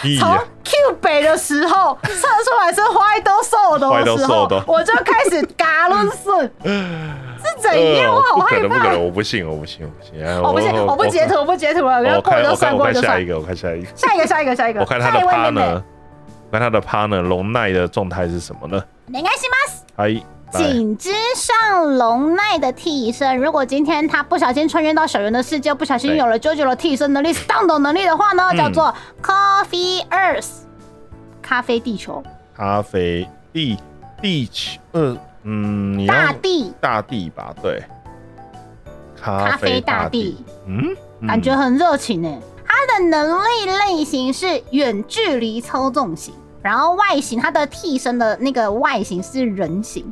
A: 屁
G: 从
A: 呀
G: Q 北的时候测出来是花都瘦
A: 花
G: 的
A: 都
G: 时
A: 瘦
G: 候
A: 的，
G: 我就开始嘎抡 顺，是怎
A: 呃
G: 样？啊我好
A: 不可
G: 害
A: 能，不可
G: 怕。
A: 能，我不信，我不信，我不信。哎
G: 我不行，我不截图，我不截图了，然后
A: 我
G: 过
A: 看，
G: 就
A: 哦我看，
G: 算，
A: 我
G: 过
A: 看
G: 就
A: 下
G: 算
A: 一。个，我看下一个，
G: 下一个，下一个，下一个。
A: 我看他的
G: 下一位妹妹
A: partner，我看他的 partner 龙奈的状态是什么呢？
B: 应该是吗？
A: 哎，来
B: 紧之上龙奈的替身，如果今天他不小心穿越到小圆的世界，不小心
A: 对
B: 有了 JoJo 的替身能力、荡斗能力的话呢，
A: 嗯
B: 叫做 Coffee Earth，咖啡地球，
A: 咖啡地地球，呃，嗯，你要
B: 大地
A: 大地吧，对，
B: 咖
A: 咖
B: 啡
A: 啡
B: 大
A: 大
B: 地
A: 地，，嗯，嗯
B: 感觉很热情呢。他的能力类型是远距离操纵型，然后外形他的替身的那个外形是人形。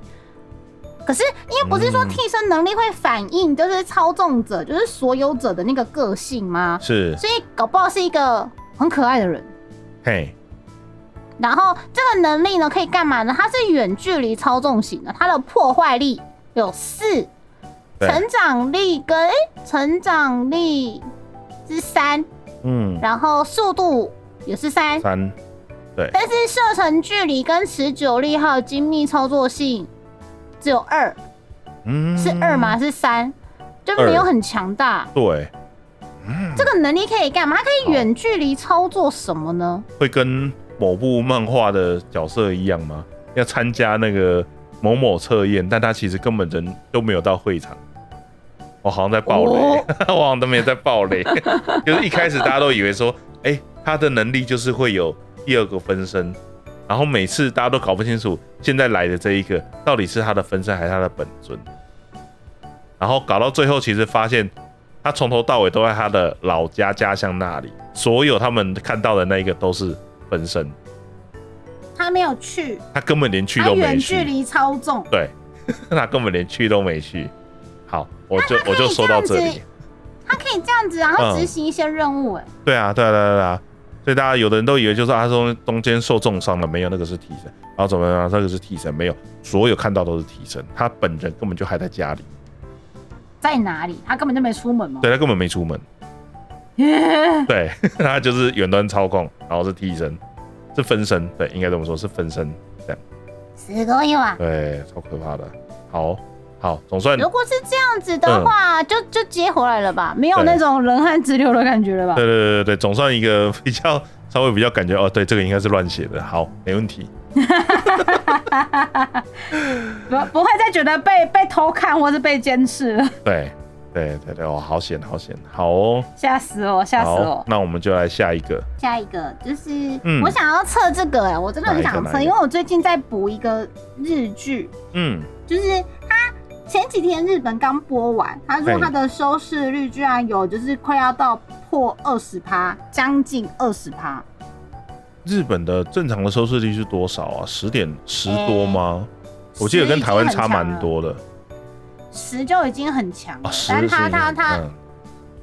B: 可是，因为不是说
A: 嗯
B: 替身能力会反映就是操纵者，就是所有者的那个个性吗？
A: 嗯是，
B: 所以搞不好是一个很可爱的人。
A: 嘿，
B: 然后这个能力呢，可以干嘛呢？它是远距离操纵型的，它的破坏力有四，
A: 对
B: 成长力跟诶成长力是三，
A: 嗯，
B: 然后速度也是三，
A: 三，
B: 但是射程距离跟持久力还有精密操作性只有二，
A: 嗯，
B: 是二吗？？是三，就没有
A: 二嗯
B: 很强大。
A: 对，
B: 这个能力可以干
A: 哦
B: 嘛？它可以远距离操作什么呢？
A: 会跟某部漫画的角色一样吗？要参加那个某某测验，但他其实根本人都没有到会场。我好像在爆雷，
G: 哦
A: 我好像都没有在爆雷， 就是一开始大家都以为说，哎、他的能力就是会有第二个分身，然后每次大家都搞不清楚现在来的这一个到底是他的分身还是他的本尊，然后搞到最后，其实发现他从头到尾都在他的老家家乡那里，所有他们看到的那一个都是分身，
G: 他没有去，
A: 他根本连去
G: 他
A: 都没
G: 远距
A: 去，
G: 离操纵，
A: 对，他根本连去都没去。好，我就我就说到这
B: 这样
A: 里
B: 子。它可以这样子，然后
A: 嗯
B: 执行一些任务、哎、
A: 对啊，对啊，对啊，对啊。所以大家有的人都以为就是啊，他中中间受重伤了，没有那个是替身，然后怎么样，那个是替身，没有，所有看到都是替身，他本人根本就还在家里，
G: 在哪里？他根本就没出门嘛。
A: 对他根本没出门，对 他就是远端操控，然后是替身，是分身，对，应该这么说，是分身，
B: すごいわ。
A: 对，超可怕的。好，好，总算
B: 如果是这样子的话，就就接回来了吧，没有
A: 嗯对
B: 那
G: 那
B: 种
G: 种人汗直流的感觉了吧？
A: 对对对对对，总算一个比较稍微比较感觉哦，对，这个应该是乱写的，好，没问题。
G: 不不会再觉得被被偷看或是被监视了，
A: 对对对对，哦，好险好险，好哦，
G: 吓死我，吓死
A: 好
G: 我，！
A: 那我们就来下一个，
B: 下一个，就是、
A: 嗯
B: 我想要测这个、哎，我真的很想
A: 哪一
B: 测，
A: 个哪一个
B: 因为我最近在补一个日剧，
A: 嗯，
B: 就是它前几天日本刚播完，他说
A: 嘿
B: 它的收视率居然有就是快要到破二十趴，将近二十趴，
A: 日本的正常的收视率是多少啊？十点十
B: 诶
A: 多吗？
G: 嗯
A: 我记得跟台湾差
G: 啊
A: 蛮多的
B: 十就已经很强了，
A: 啊，十
B: 但
A: 是
B: 它
A: 一个
B: 它它
A: 嗯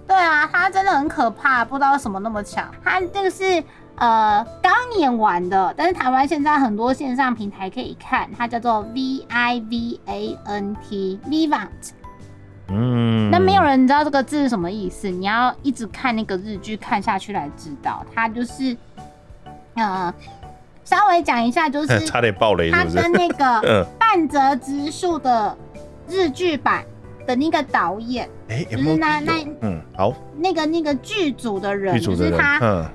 B: 对啊，他真的很可怕，不知道什么那么强。他这个是呃刚演完的，但是台湾现在很多线上平台可以看，它叫做 V I V A N T Vivant。
A: 嗯，
B: 那 没有人知道这个字是什么意思，你要一直看那个日剧看下去来知道。它就是呃稍微讲一下，就是
A: 差点爆雷是
B: 它
A: 不
B: 跟
A: 是？
B: 那个
A: 嗯，
B: 半泽直树的日剧版的那个导演。
A: 哎，有
B: 是
A: 没有
B: 那
A: 理由
B: 那
A: 嗯，好，
B: 那个那个剧组的人，
A: 剧组
B: 就
A: 的
B: 是
A: 人
B: 他，
A: 嗯，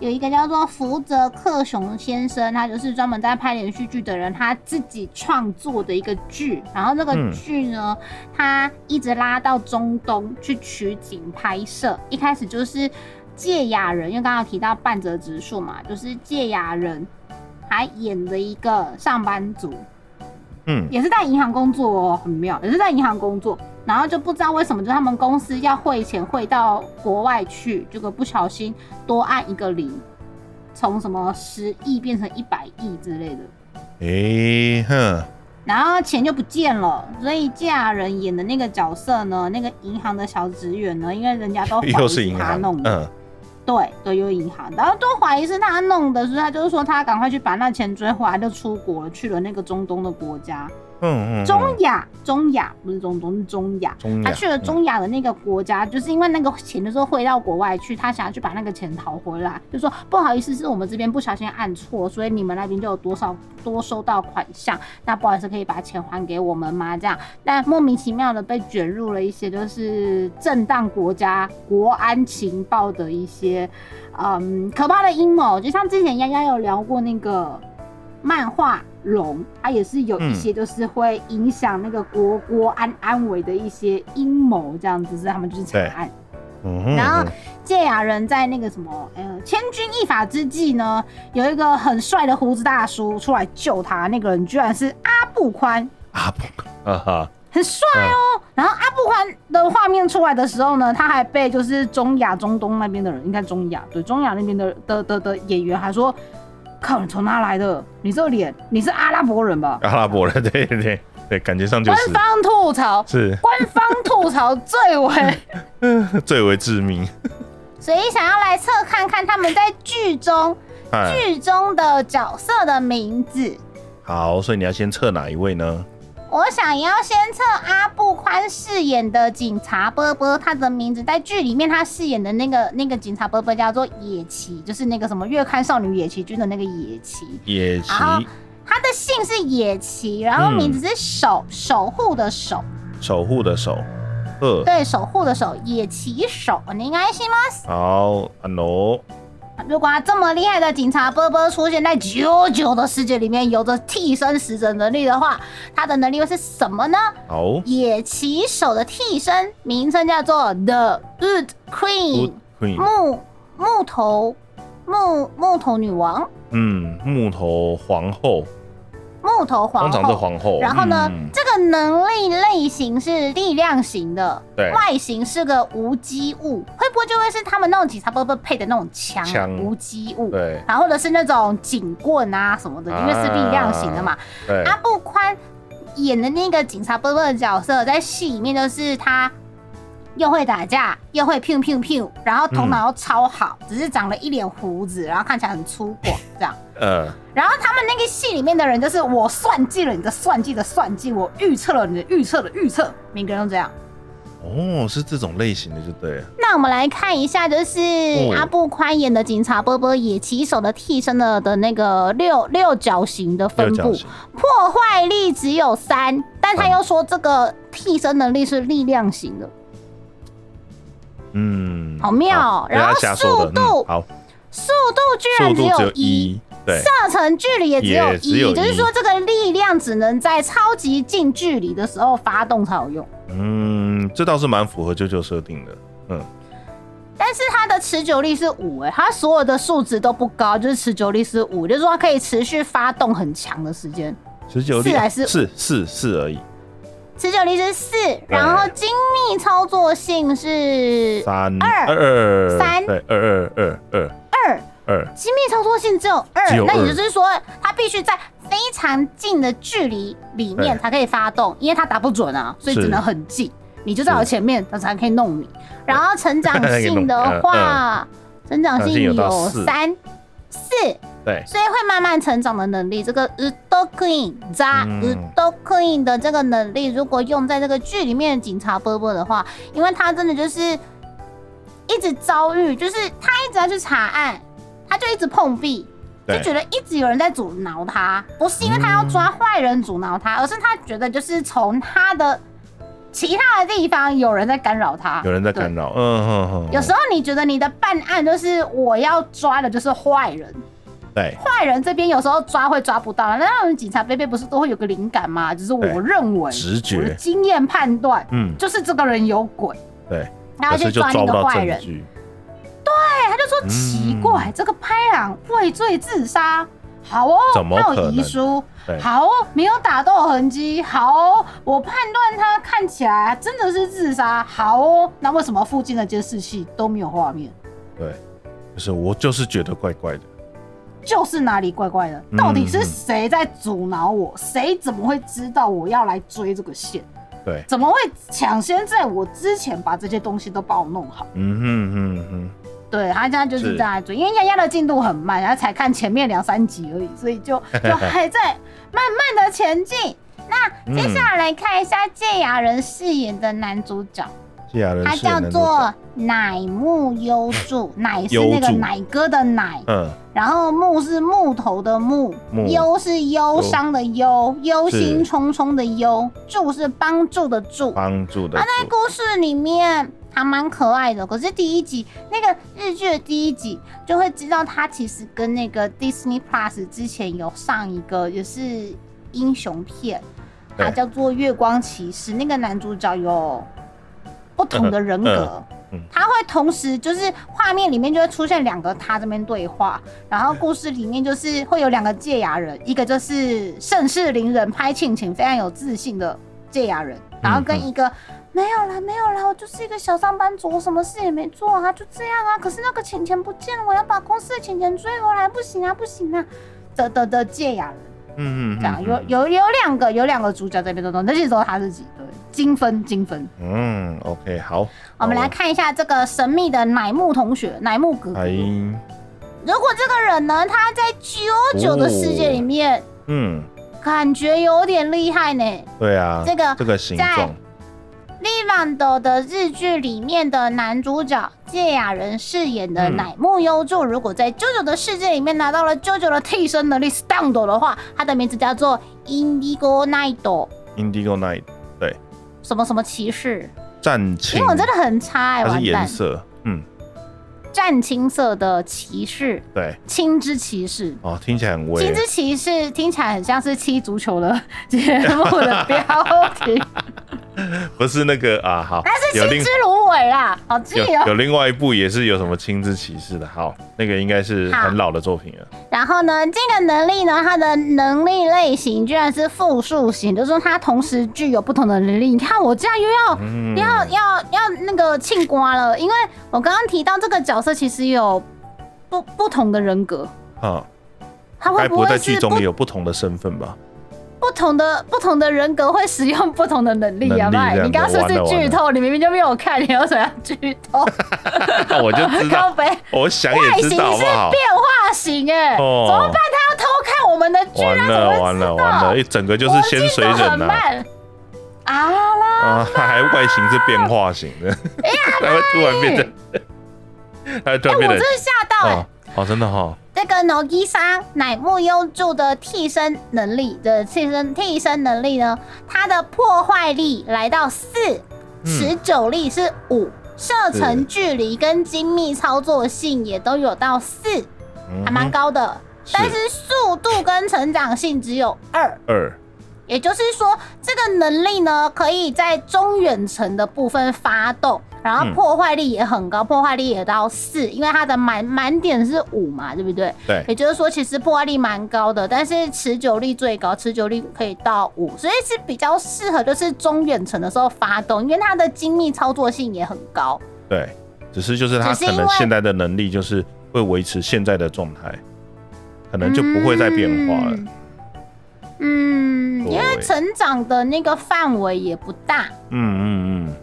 B: 有一个叫做福泽克雄先生，他就是专门在拍连续剧的人，他自己创作的一个剧。然后那个
A: 嗯
B: 剧呢，他一直拉到中东去取景拍摄。一开始就是芥雅人，因为刚刚有提到半泽直树嘛，就是芥雅人，还演了一个上班族，
A: 嗯，
B: 也是在银行工作哦，很妙，也是在银行工作。然后就不知道为什么，就他们公司要汇钱汇到国外去，结果不小心多按一个零，从什么十亿变成一百亿之类的，
A: 诶，哼，
B: 然后钱就不见了。所以嫁人演的那个角色呢，那个银行的小职员呢，因为人家都怀 疑
A: 又是银
B: 他
A: 行
B: 弄，的，
A: 嗯，
B: 对对，又银行，然后都怀疑是他弄的，所以他就是说他赶快去把那钱追回来，就出国了，去了那个中东的国家。
A: 嗯嗯，
B: 中亚，中亚不是中东，是中亚。
A: 中嗯
B: 他
A: 亚
B: 去了中亚的嗯那个国家，就是因为那个钱就是汇到国外去，他想要去把那个钱讨回来，就说不好意思，是我们这边不小心按错，所以你们那边就有多少多收到款项，那不好意思，可以把钱还给我们吗？这样，但莫名其妙的被卷入了一些就是震荡国家国安情报的一些嗯可怕的阴谋，就像之前丫丫有聊过那个漫画龙，它也是有一些就是会影响那个国国安安危的一些阴谋，这样子是他们就是查案。
A: 嗯哼，
B: 然后芥雅人在那个什么呃千钧一发之际呢，有一个很帅的胡子大叔出来救他，那个人居然是阿布宽，
A: 阿布，啊哈，嗯
B: 很帅哦。然后阿布宽的画面出来的时候呢，他还被就是中亚、中东那边的人，应该中亚对中亚那边的的的的演员还说：“靠，你从哪来的？你这脸，你是阿拉伯人吧
A: 阿拉伯人，对对对对，感觉上？”就
B: 官
A: 是
B: 方吐槽，
A: 是
B: 官方吐槽最为。
A: 最为致命，
B: 所以想要来测看看他们在剧中
A: 哎，
B: 剧中的角色的名字。
A: 好，所以你要先测哪一位呢？
B: 我想要先测阿布宽饰演的警察波波，他的名字在剧里面他饰演的那个那个警察波波叫做野崎，就是那个什么月刊少女野崎君的那个野崎。
A: 野崎
B: 好他的姓是野崎，然后名字是守、守护的守，
A: 守护的守，二，
B: 对，守护的守，野崎守。你应该信吗？
A: 好，安罗，
B: 如果他这么厉害的警察波波出现在九九的世界里面，有着替身使者能力的话，他的能力又是什么呢？
A: 好
B: 野崎守的替身名称叫做 The Wood Queen，
A: ，Good Queen，
B: 木木头木木头女王，
A: 嗯，木头皇后，
B: 木头皇
A: 通常是
B: 后。
A: 皇后，
B: 然后呢，
A: 嗯
B: 这个能力类型是力量型的，
A: 对
B: 外形是个无机物，会不会就会是他们那种警察伯伯配的那种枪啊，
A: 枪
B: 无机物？
A: 对
B: 然后或者是那种警棍啊什么的，因为是力量型的嘛。
A: 对，
B: 阿布宽演的那个警察伯伯的角色，在戏里面就是他又会打架，又会 p 拼 p 然后头脑又超好，只是长了一脸胡子，然后看起来很粗犷这样。
A: 呃，
B: 然后他们那个戏里面的人就是我算计了你的算计的算计，我预测了你的预测的预测，每个人都这样。
A: 哦，是这种类型的就对了，
B: 那我们来看一下，就是
A: 哦
B: 阿布宽演的警察波波野骑手的替身的的那个六六角形的分
A: 六角
B: 布，
A: 形，
B: 破坏力只有三，但他又说这个替身能力是力量型的，
A: 嗯，
B: 好妙哦
A: 对
B: 然后
A: 他瞎说的
B: 速度
A: 嗯好，
B: 速度居
A: 速
B: 然
A: 度
B: 只
A: 只有
B: 有一
A: 一。，对，
B: 射程距离也只有
A: 也只有
B: 一，就是
A: 一
B: 说这个力量只能在超级近距离的时候发动才有用。
A: 嗯，这倒是蛮符合舅舅设定的，嗯，
B: 但是它的持久力是五，哎，它所有的数值都不高，就是持久力是五，就是说它可以持续发动很强的时间。
A: 持久力
B: 四还是
A: 是是是而已，
B: 持久力是四，然后精密操作性是
A: 三
B: 二
A: 二
B: 三
A: 对，二二二二
B: 二，
A: 二，
B: 精密操作性只有二
A: 只有，
B: 那也
A: 二
B: 就是说它必须在非常近的距离里面
A: 对
B: 才可以发动，因为它打不准啊，所以
A: 是
B: 只能很近，你就在我前面，它才可以弄你。然后成长
A: 可以
B: 性
A: 弄
B: 的
A: 嗯
B: 话，成长
A: 成长
B: 性
A: 性有到
B: 有
A: 四
B: 三四。
A: 对，
B: 所以会慢慢成长的能力，这个 u d o k i n 扎 u
A: 嗯
B: d o k i n 的这个能力，如果用在这个剧里面的警察波波的话，因为他真的就是一直遭遇，就是他一直要去查案，他就一直碰壁，就
A: 对
B: 觉得一直有人在阻挠他，不是因为他要抓坏人阻挠他，而是他觉得就是从他的其他的地方有人在干扰他，
A: 有人在干
B: 对。
A: 扰，嗯哼哼，
B: 有时候你觉得你的办案就是我要抓的就是坏人，
A: 对，
B: 坏人这边有时候抓会抓不到，那我们警察贝贝不是都会有个灵感吗？就是
A: 对
B: 我认为
A: 直
B: 我的
A: 觉，
B: 经验判断，
A: 嗯，
B: 就是这个人有鬼，
A: 对，
B: 然后
A: 可
B: 去
A: 是就
B: 抓
A: 抓
B: 那
A: 不
B: 个
A: 到
B: 坏
A: 证
B: 人。
A: 据，嗯
B: 对，他就说奇怪，这个拍朗畏罪自杀，好哦，
A: 怎么
B: 那
A: 可
B: 我
A: 能
B: 遗书，
A: 对
B: 好哦，没有打斗痕迹，好哦，我判断他看起来真的是自杀，好哦，那为什么附近的监视器都没有画面？
A: 对，就是我就是觉得怪怪的，
B: 就是哪里怪怪的，
A: 嗯
B: 到底是谁在阻挠我？谁怎么会知道我要来追这个线？
A: 对，
B: 怎么会抢先在我之前把这些东西都帮我弄好？
A: 嗯哼哼哼，
B: 对他现在就是
A: 是
B: 这样在追，因为丫丫的进度很慢，他才看前面两三集而已，所以 就就还在慢慢的前进。那
A: 嗯
B: 接下来看一下芥雅人饰演的男主角，
A: 谢亚人
B: 他
A: 饰演
B: 叫
A: 的那
B: 做乃木优助，乃是那个
A: 优助
B: 奶哥的奶，
A: 嗯，
B: 然后木是木头的木
A: 木，
B: 忧是忧伤的忧，忧心忡忡的忧，助是帮助的助。
A: 帮助的
B: 啊，在
A: 助，
B: 故事里面还蛮可爱的，可是第一集那个日剧的第一集就会知道，它其实跟那个 Disney Plus 之前有上一个也是英雄片，
A: 对
B: 它叫做《月光骑士》，那个男主角有不同的人格。
A: 嗯嗯
B: 他会同时就是画面里面就会出现两个他这边对话，然后故事里面就是会有两个戒牙人，一个就是盛世凌人拍庆庆非常有自信的戒牙人，然后跟一个、没有啦没有啦，我就是一个小上班族，我什么事也没做啊，就这样啊。可是那个钱钱不见了，我要把公司的钱钱追回来，不行啊不行啊的的的戒牙人。
A: 嗯嗯，
B: 这样有有有两个有两个主角在那边动动，那些都是他自己对精分精分。
A: 嗯，OK，好，
B: 我们
A: 好
B: 来看一下这个神秘的乃木同学，乃木哥哥。
A: 哎，
B: 如果这个人呢，他在九九的世界里面，
A: 嗯，
B: 感觉有点厉害呢。
A: 对啊，
B: 这个
A: 这个形
B: 在
A: 状，
B: 《Livando》的日剧里面的男主角芥雅人饰演的
A: 嗯
B: 乃木优助，如果在 JoJo 的世界里面拿到了 JoJo 的替身能力 Stundo 的话，他的名字叫做 Indigo Night，
A: Indigo Night
B: 什么什么骑士，
A: 战青，
B: 因为我真的很差哎、
A: 它是
B: 完
A: 颜
B: 蛋，
A: 色，嗯，
B: 战青色的骑士，
A: 对，
B: 青之骑士。
A: 哦，听起来很
B: 青
A: 威，
B: 之骑士听起来很像是踢足球的节目的标 题，
A: 不是那个啊，好，
B: 但是
A: 有
B: 青
A: 另
B: 之芦苇啦，好记
A: 有
B: 哦。
A: 有另外一部也是有什么青之骑士的，好，那个应该是
B: 好
A: 很老的作品了，
B: 然后呢，这个能力呢，它的能力类型居然是复数型，就是说它同时具有不同的能力。你看我这样又要、
A: 嗯，
B: 要要要那个庆瓜了，因为我刚刚提到这个角色其实有不不同的人格，
A: 啊，
B: 他
A: 该
B: 会
A: 不
B: 不
A: 会
B: 会
A: 在剧
B: 是
A: 中
B: 不
A: 也有不同的身份吧？
B: 不同的不同的人格会使用不同的能力啊？
A: 能力
B: 麦
A: 这，样
B: 你刚刚是不是
A: 完了
B: 剧透？你明明就没有看，你为什么要剧透？
A: 那我就知
B: 靠
A: 道，
B: 北，
A: 我想
B: 外
A: 也
B: 形
A: 知
B: 是
A: 道，好不好？
B: 变化型哎、
A: 哦
B: 怎么办？他要偷看我们的剧，
A: 完
B: 他怎么
A: 了
B: 会
A: 完
B: 知
A: 了
B: 道
A: 完了，一整个就是先水
B: 我进度很
A: 人啊，
B: 慢啊啦，
A: 啊，它还外形是变化型的，
B: 哎
A: 它会突然变成，它会突然
B: 我
A: 变成，
B: 真的吓到哎、
A: 哦哦，真的哈，
B: 这个 Nogi 桑乃木优助的替身能力的替身替身能力呢，它的破坏力来到四，持久力是五，射程距离跟精密操作性也都有到四，
A: 嗯
B: 还蛮高的。但是速度跟成长性只有二，
A: 二，
B: 也就是说，这个能力呢，可以在中远程的部分发动，然后
A: 嗯
B: 破坏力也很高，破坏力也到四，因为它的满满点是五嘛，对不对？
A: 对
B: 也就是说，其实破坏力蛮高的，但是持久力最高，持久力可以到五，所以是比较适合就是中远程的时候发动，因为它的精密操作性也很高。
A: 对，只是就是他可
B: 只是因
A: 能
B: 为
A: 现在的能力就是会维持现在的状态，可能就不会再变化了。
B: 嗯，因为
A: 对
B: 成长的那个范围也不大，
A: 嗯嗯嗯，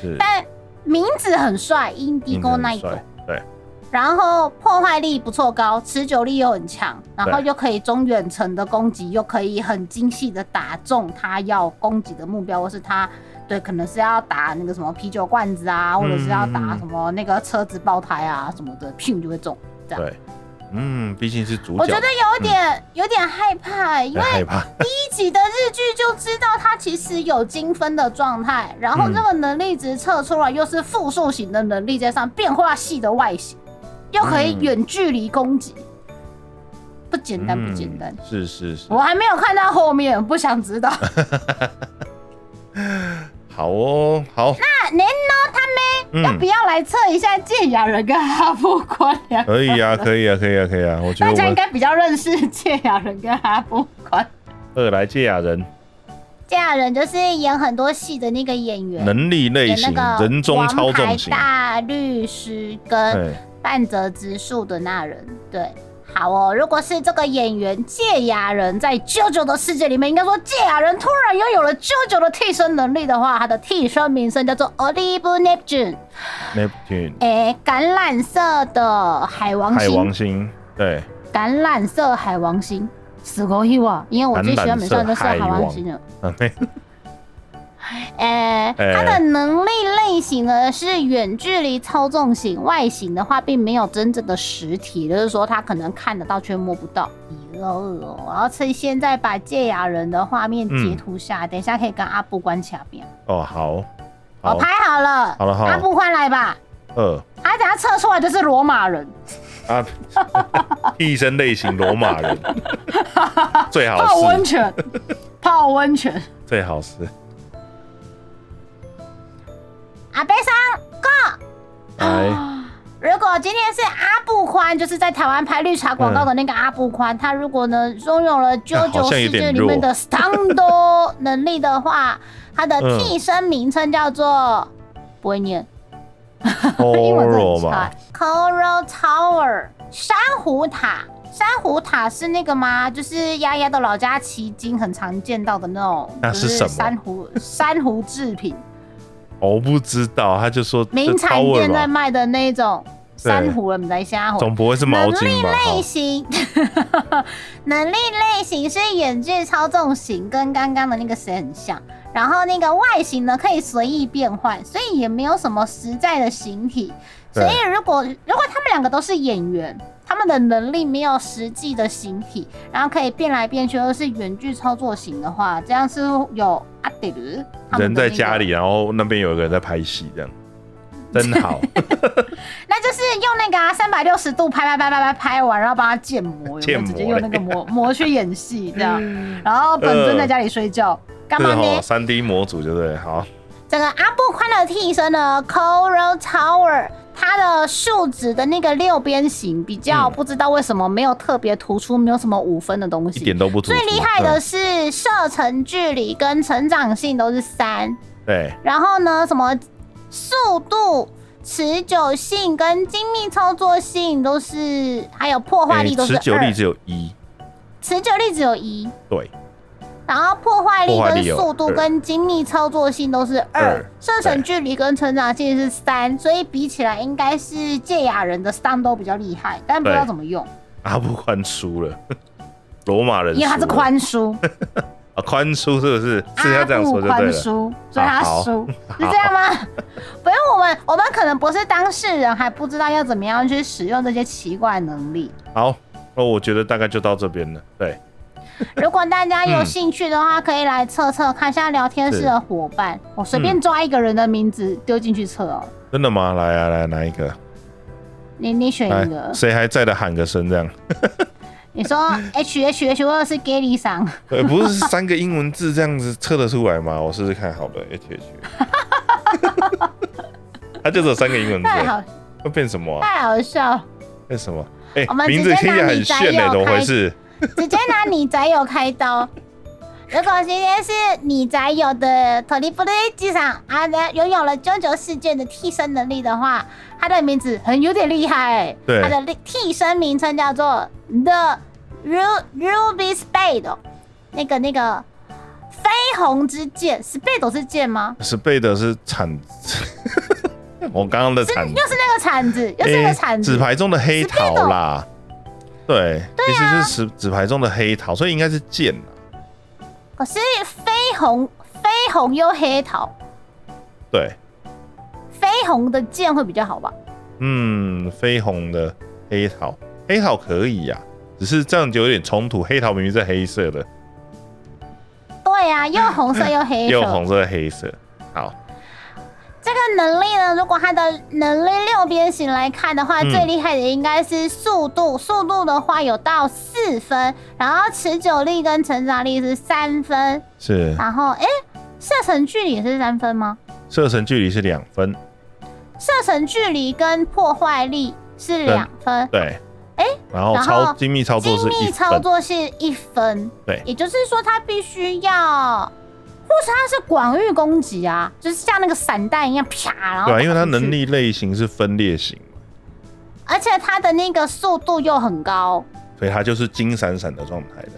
A: 是
B: 但名字很帅
A: 英
B: ，Indigo
A: 格
B: 那
A: 很
B: 一
A: 帅，对，
B: 然后破坏力不错高，持久力又很强，然后
A: 对
B: 又可以中远程的攻击，又可以很精细的打中他要攻击的目标，或是他对可能是要打那个什么啤酒罐子啊，或者是要打什么那个车子爆胎啊什么的，屁就会中。这样
A: 对，嗯，毕竟是主角，
B: 我觉得有点有点害怕，因为
A: 很害怕。
B: 一集的日剧就知道它其实有精分的状态，然后
A: 嗯
B: 这个能力值测出来又是复数型的能力，加上变化系的外形，又可以
A: 嗯
B: 远距离攻击，不简单不简单。
A: 嗯是是是，
B: 我还没有看到后面，不想知道。
A: 好哦，好，
B: 那您呢？他们要
A: 嗯
B: 不，要来测一下芥雅人跟哈布关两个？
A: 可以啊， 可以啊，可以啊，可以啊，我觉
B: 大
A: 得我
B: 家应
A: 们
B: 该比较认识芥雅人跟哈布关。
A: 二来芥雅人
B: 芥雅人就是演很多戏的那个演员，
A: 能力类
B: 演那
A: 型
B: 个
A: 人中操
B: 王牌
A: 纵型，哎
B: 大律师跟
A: 对，
B: 半泽直树的那人，对。好哦，如果是这个演员芥雅人在舅舅的世界里面，应该说芥雅人突然拥有了舅舅的替身能力的话，他的替身名称叫做 Olive Neptune，
A: Neptune
B: 诶、橄榄色的海王
A: 海
B: 星，
A: 王星，对，
B: 橄榄色海王星，死狗一哇！因为我最喜欢美少女的是海王星了。
A: 啊嘿
B: 诶、
A: 哎
B: 它的能力类型呢是远距离操纵型，外形的话并没有真正的实体，就是说它可能看得到却摸不到。咦哦哦，我要趁现在把芥雅人的画面截图下，来，等一下可以跟阿布关卡边。
A: 哦，好，
B: 我
A: 好
B: 拍，好了，
A: 好了好了
B: 阿布快来吧，
A: 二
B: 他等下测出来就是罗马人，
A: 啊， 替身类型罗马 人，最好
G: 泡温
A: 是，
G: 泉，泡温泉，
A: 最好是，
B: 阿贝桑。啊
A: 来，
B: 如果今天是阿布宽，就是在台湾拍绿茶广告的那个阿布宽，他如果呢拥有了
A: 那啊好
B: JoJo
A: 像有
B: 世
A: 点
B: 界里面的 Stando 能力的话，他的替身名称叫做不会念，
A: 哦
B: 英文哎真的
A: Oro
B: 很差
A: 嘛，
B: ，Coral Tower 珊瑚塔。珊瑚塔是那个吗？就是丫丫的老家奇经很常见到的那种，
A: 那
B: 就是
A: 什么
B: 珊瑚珊瑚制 品，
A: 我不知道，他就说这
B: 名产
A: Tower
B: 店在
A: 嘛
B: 卖的那种珊瑚了，你在瞎火。
A: 总不会是毛
B: 能
A: 巾
B: 力
A: 吧？好
B: 类型， 能力类型是眼距操纵型，跟刚刚的那个谁很像。然后那个外形呢，可以随意变换，所以也没有什么实在的形体。所
A: 对
B: 以如果如果他们两个都是演员，他们的能力没有实际的形体，然后可以变来变去，又是远距操作型的话，这样是有阿迪鲁他们
A: 人
B: 的
A: 在
B: 那
A: 家
B: 个
A: 里，然后那边有一个人在拍戏，这样真好。
B: 那就是用那个啊三百六十度拍拍拍拍拍拍完，然后帮他建模，有没
A: 建
B: 有
A: 模
B: 直接用那个模 模去演戏这样？然后本尊在家里睡觉，干
A: 是
B: 嘛
A: 哦，
B: 呢？
A: 三 D 模组就对了，好，
B: 这个阿布宽的替身呢，Coral Tower，它的数值的那个六边形比较
A: 嗯
B: 不知道为什么没有特别突出，没有什么五分的东
A: 一
B: 西
A: 点。都不突出。
B: 最厉害的
A: 嗯
B: 是射程距离跟成长性都是三，
A: 对
B: 然后呢，什么速度、持久性跟精密操作性都是，还有破坏力
A: 诶
B: 都是
A: 哎持久
B: 二
A: 力只有一，
B: 持久力只有一，
A: 对，
B: 然后破坏力
A: 破坏
B: 跟
A: 力有
B: 速度
A: 二
B: 跟精密操作性都是二
A: 二，哎
B: 射程距离跟成长性是三，所以比起来应该是芥雅人的 stun 都比较厉害，但不知道
A: 对
B: 怎么用，
A: 阿布宽输了， 罗马人输了，
B: 因为他是宽叔，
A: 啊，宽输是不是？是
B: 阿
A: 要这样
B: 布
A: 说就对
B: 啊宽
A: 了。
B: 叔，所以他
A: 啊好
B: 输，是这样吗？不用我们，我们可能不是当事人，还不知道要怎么样去使用这些奇怪 能力。
A: 好，那我觉得大概就到这边了。对，
B: 如果大家有
A: 嗯
B: 兴趣的话，可以来测测看，现在聊天室的伙伴，我随便抓一个人的名字丢进去测哦。
A: 真的吗？来啊，来，哪一个？
B: 你你选
A: 来
B: 一个，，
A: 谁还在的喊个声这样？
B: 你说 H H H 或者是 Gary 桑，
A: 呃，不 是三个英文字这样子测得出来吗？我试试看好了，H H。他就只有三个英文字，
B: 太好
A: 会变什么啊、
B: 太好笑了，
A: 变什么？哎、
B: 我们
A: 名字
B: 直接
A: 听起来
B: 拿
A: 很
B: 你摘
A: 炫哎、
B: 要
A: 怎么
B: 开
A: 回事？
B: 直接拿你宅友开刀。如果今天是你宅友的托利布雷机上啊，拥有了啾啾世界的替身能力的话，他的名字很有点厉害、欸。
A: 对
B: 他的立替身名称叫做 The Ru Ruby Spade，哦那个那个绯红之剑，Spade 是剑吗？
A: 是背的是铲子， 我刚刚的铲子
B: 又，是那个铲子，又是
A: 诶
B: 那个铲
A: 纸
B: 子。
A: 牌中的黑桃啦。对，
B: 啊
A: 其实就是纸纸牌中的黑桃，所以应该是剑啊啦。
B: 可是哦绯红，绯红又黑桃，
A: 对，
B: 绯红的剑会比较好吧？
A: 嗯，绯红的黑桃，黑桃可以呀、只是这样就有点冲突。黑桃明明是黑色的，
B: 对 呀、又红色又黑
A: 又
B: 色。
A: 红色黑色。好，
B: 这个能力呢，如果它的能力六边形来看的话，
A: 嗯
B: 最厉害的应该是速度，速度的话有到四分，然后持久力跟成长力是三分，
A: 是
B: 然后诶，射程距离也是三分吗？
A: 射程距离是两分，
B: 射程距离跟破坏力是两分，
A: 对。
B: 哎
A: 然后
B: 然后
A: 超精密操作是
B: 精
A: 一
B: 密操
A: 分，
B: 作是一分，
A: 对
B: 也就是说它必须要。或是它是广域攻击啊，就是像那个散弹一样啪，然后
A: 对啊，因为它
B: 打出去
A: 能力类型是分裂型，
B: 而且它的那个速度又很高，
A: 所以它就是金闪闪的状态 的。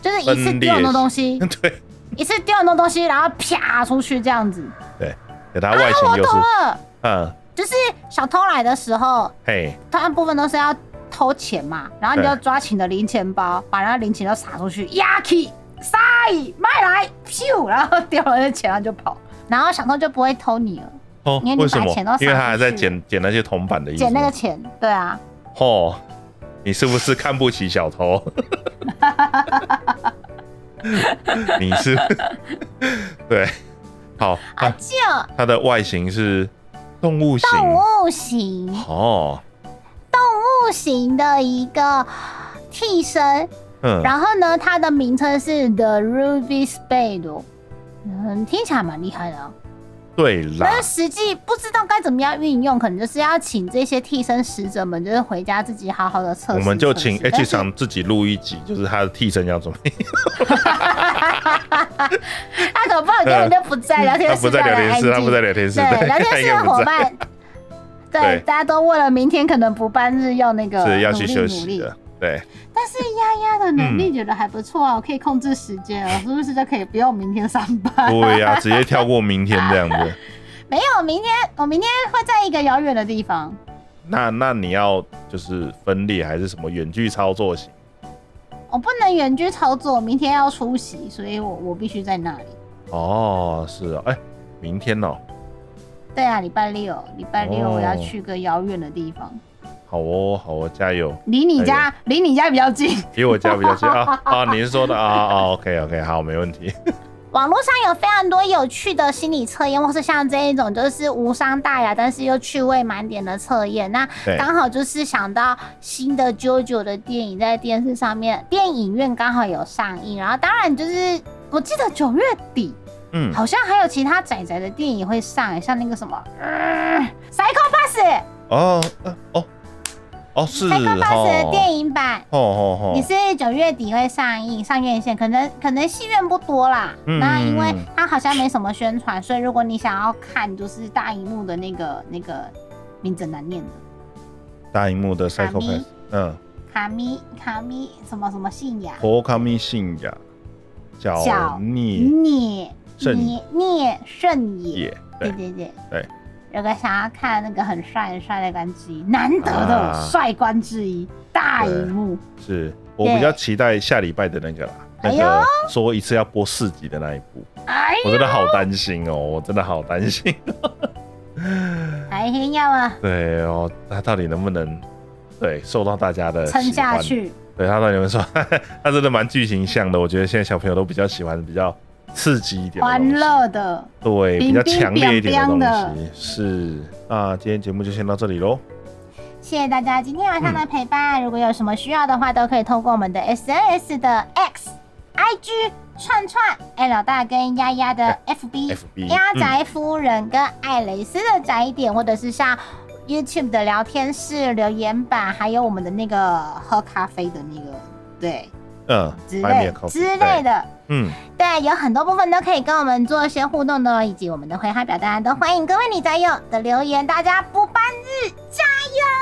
B: 就是一次丢很多东西，
A: 对，
B: 一次丢很多东西，然后啪出去这样子。啊
A: 给它外形
B: 我
A: 又
B: 懂
A: 是，
B: 了，
A: 嗯，
B: 就是小偷来的时候，
A: 嘿，
B: 大部分都是要偷钱嘛，然后你
A: 对
B: 就抓起你的零钱包，把那零钱都撒出去，压起塞卖来，咻，然后丢了那钱，然后就跑，然后小偷就不会偷你了，
A: 哦
B: 因为，你
A: 为什
B: 把
A: 么
B: 钱都？
A: 因为
B: 撒
A: 他还
B: 出
A: 在
B: 去
A: 捡捡那些铜板的意思吗。
B: 捡那个钱，对啊，
A: 哦，你是不是看不起小偷？ 你是 对，好，
B: 啊
A: 它
B: 就
A: 它的外形是动物型
B: 动物型。
A: 哦，
B: 动物型的一个替身，
A: 嗯，
B: 然后呢，它的名称是 The Ruby Spade，哦嗯，听起来蛮厉害的、啊。
A: 对啦
B: 但，是实际不知道该怎么样运用，可能就是要请这些替身使者们，就是回家自己好好的测
A: 我
B: 试。
A: 们就请
B: 测试但
A: H
B: 是
A: 厂自己录一集，就是他的替身要怎么样？
B: 他啊搞不好根本就不在聊天
A: 嗯他
B: 室，
A: 不在聊天室，
B: 非常
A: 他
B: 安静
A: 不在聊天室，
B: 对，聊天
A: 他应
B: 室
A: 该
B: 的
A: 不
B: 伙
A: 在，
B: 伴，对
A: 对，
B: 大家都为了明天可能补班日要那个
A: 是要
B: 努
A: 去
B: 力
A: 休
B: 努
A: 息
B: 力
A: 的。嗯对，
B: 但是丫丫的能力觉得还不错啊，我可以控制时间啊，是不是就可以不用明天上班？
A: 对呀，啊直接跳过明天这样 子。
B: 没有，明天我明天会在一个遥远的地方。
A: 那那你要就是分裂还是什么远距操作型？
B: 我不能远距操作，明天要出席，所以我我必须在那里。
A: 哦，是哦，哎、明天哦，
B: 对啊，礼拜六，礼拜六
A: 哦
B: 我要去个遥远的地方，
A: 好哦，好哦，加油，
B: 离 你家离你家比较近。
A: 离我家比较近 啊啊！您说的啊啊啊，OK OK，好，没问题。
B: 网络上有非常多有趣的心理测验，或是像这一种就是无伤大雅，但是又趣味满点的测验。那
A: 对
B: 刚好就是想到新的 JoJo 的电影在电视上面，电影院刚好有上映，然后当然就是我记得九月底
A: 嗯，
B: 好像还有其他仔仔的电影会上，欸像那个什么《呃、Psycho Pass》
A: 哦呃哦哦是
B: 《Psycho Pass》
A: 哦
B: 的电影版。
A: 哦哦
B: 也
A: 哦，
B: 是九月底会上映，上院线，可能可能戏院不多啦。
A: 嗯
B: 那因为
A: 嗯嗯
B: 它好像没什么宣传，所以如果你想要看，就是大荧幕的那个那个名字很难念的
A: 大荧幕的 p
B: 卡
A: s
B: 咪
A: y 嗯，
B: 卡咪卡咪什么什么信仰，
A: 佛卡密信雅
B: 角
A: 角逆
B: 聂
A: 圣
B: 聂聂圣也，
A: 也，
B: 对
A: 对，
B: 对对
A: 对。
B: 有个想要看那个很帅很帅的官之一，难得的
A: 啊
B: 帅官之一，大
A: 对
B: 荧幕。
A: 是我比较期待下礼拜的那个啦，那
B: 哎
A: 个说一次要播四集的那一部，
B: 哎
A: 我真的好担心哦，我真的好担心。
B: 哎呀嘛，
A: 对哦，他到底能不能对受到大家的
B: 撑
A: 喜
B: 下
A: 欢？
B: 去。
A: 对他到底有没有说， 他真的蛮剧情向的。我觉得现在小朋友都比较喜欢比较刺激一点的东
B: 欢
A: 西，
B: 乐的，
A: 对比
B: 冰
A: 较
G: 冰
A: 强烈一点
G: 冰冰
A: 的
G: 的
A: 东西。是，那今天节目就先到这里喽。
B: 谢谢大家今天晚上的陪伴。如果有什么需要的话，都可以透过我们的 SNS 的 X、IG 串串、艾老大跟丫丫的 FB、
A: FB
B: 鸭
A: 哎嗯
B: 宅夫人跟艾蕾丝的宅点，或者是像 YouTube 的聊天室留言板，还有我们的那个喝咖啡的那个对
A: 嗯，
B: 之
A: Buy me a
B: 类
A: coffee，
B: 之类
A: 对，
B: 的。
A: 嗯，
B: 对，有很多部分都可以跟我们做一些互动的哦，以及我们的回函表单都欢迎各位你宅友的留言，大家不搬日加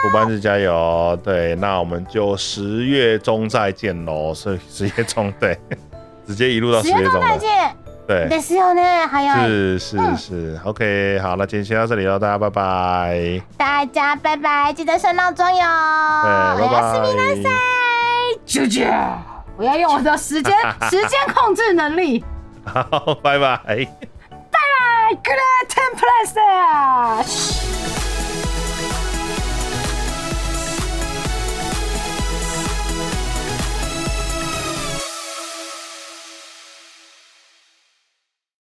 A: 伙伴日加油！对，那我们就十月中再见喽。是十月中，对， 直接一路到
B: 油，
A: 十月中
B: 再
A: 了。
B: 见。
A: 对，
B: ですよね，还有
A: 是是是，OK，好，那今天先到这里喽，大家拜拜，
B: 大家拜拜，记得声闹钟哟，
A: 对，拜
B: おやすみ
A: 拜。
H: 姐姐，
G: 我要用我的时间时间控制能力。
A: 好，拜拜。
G: Great Tempest！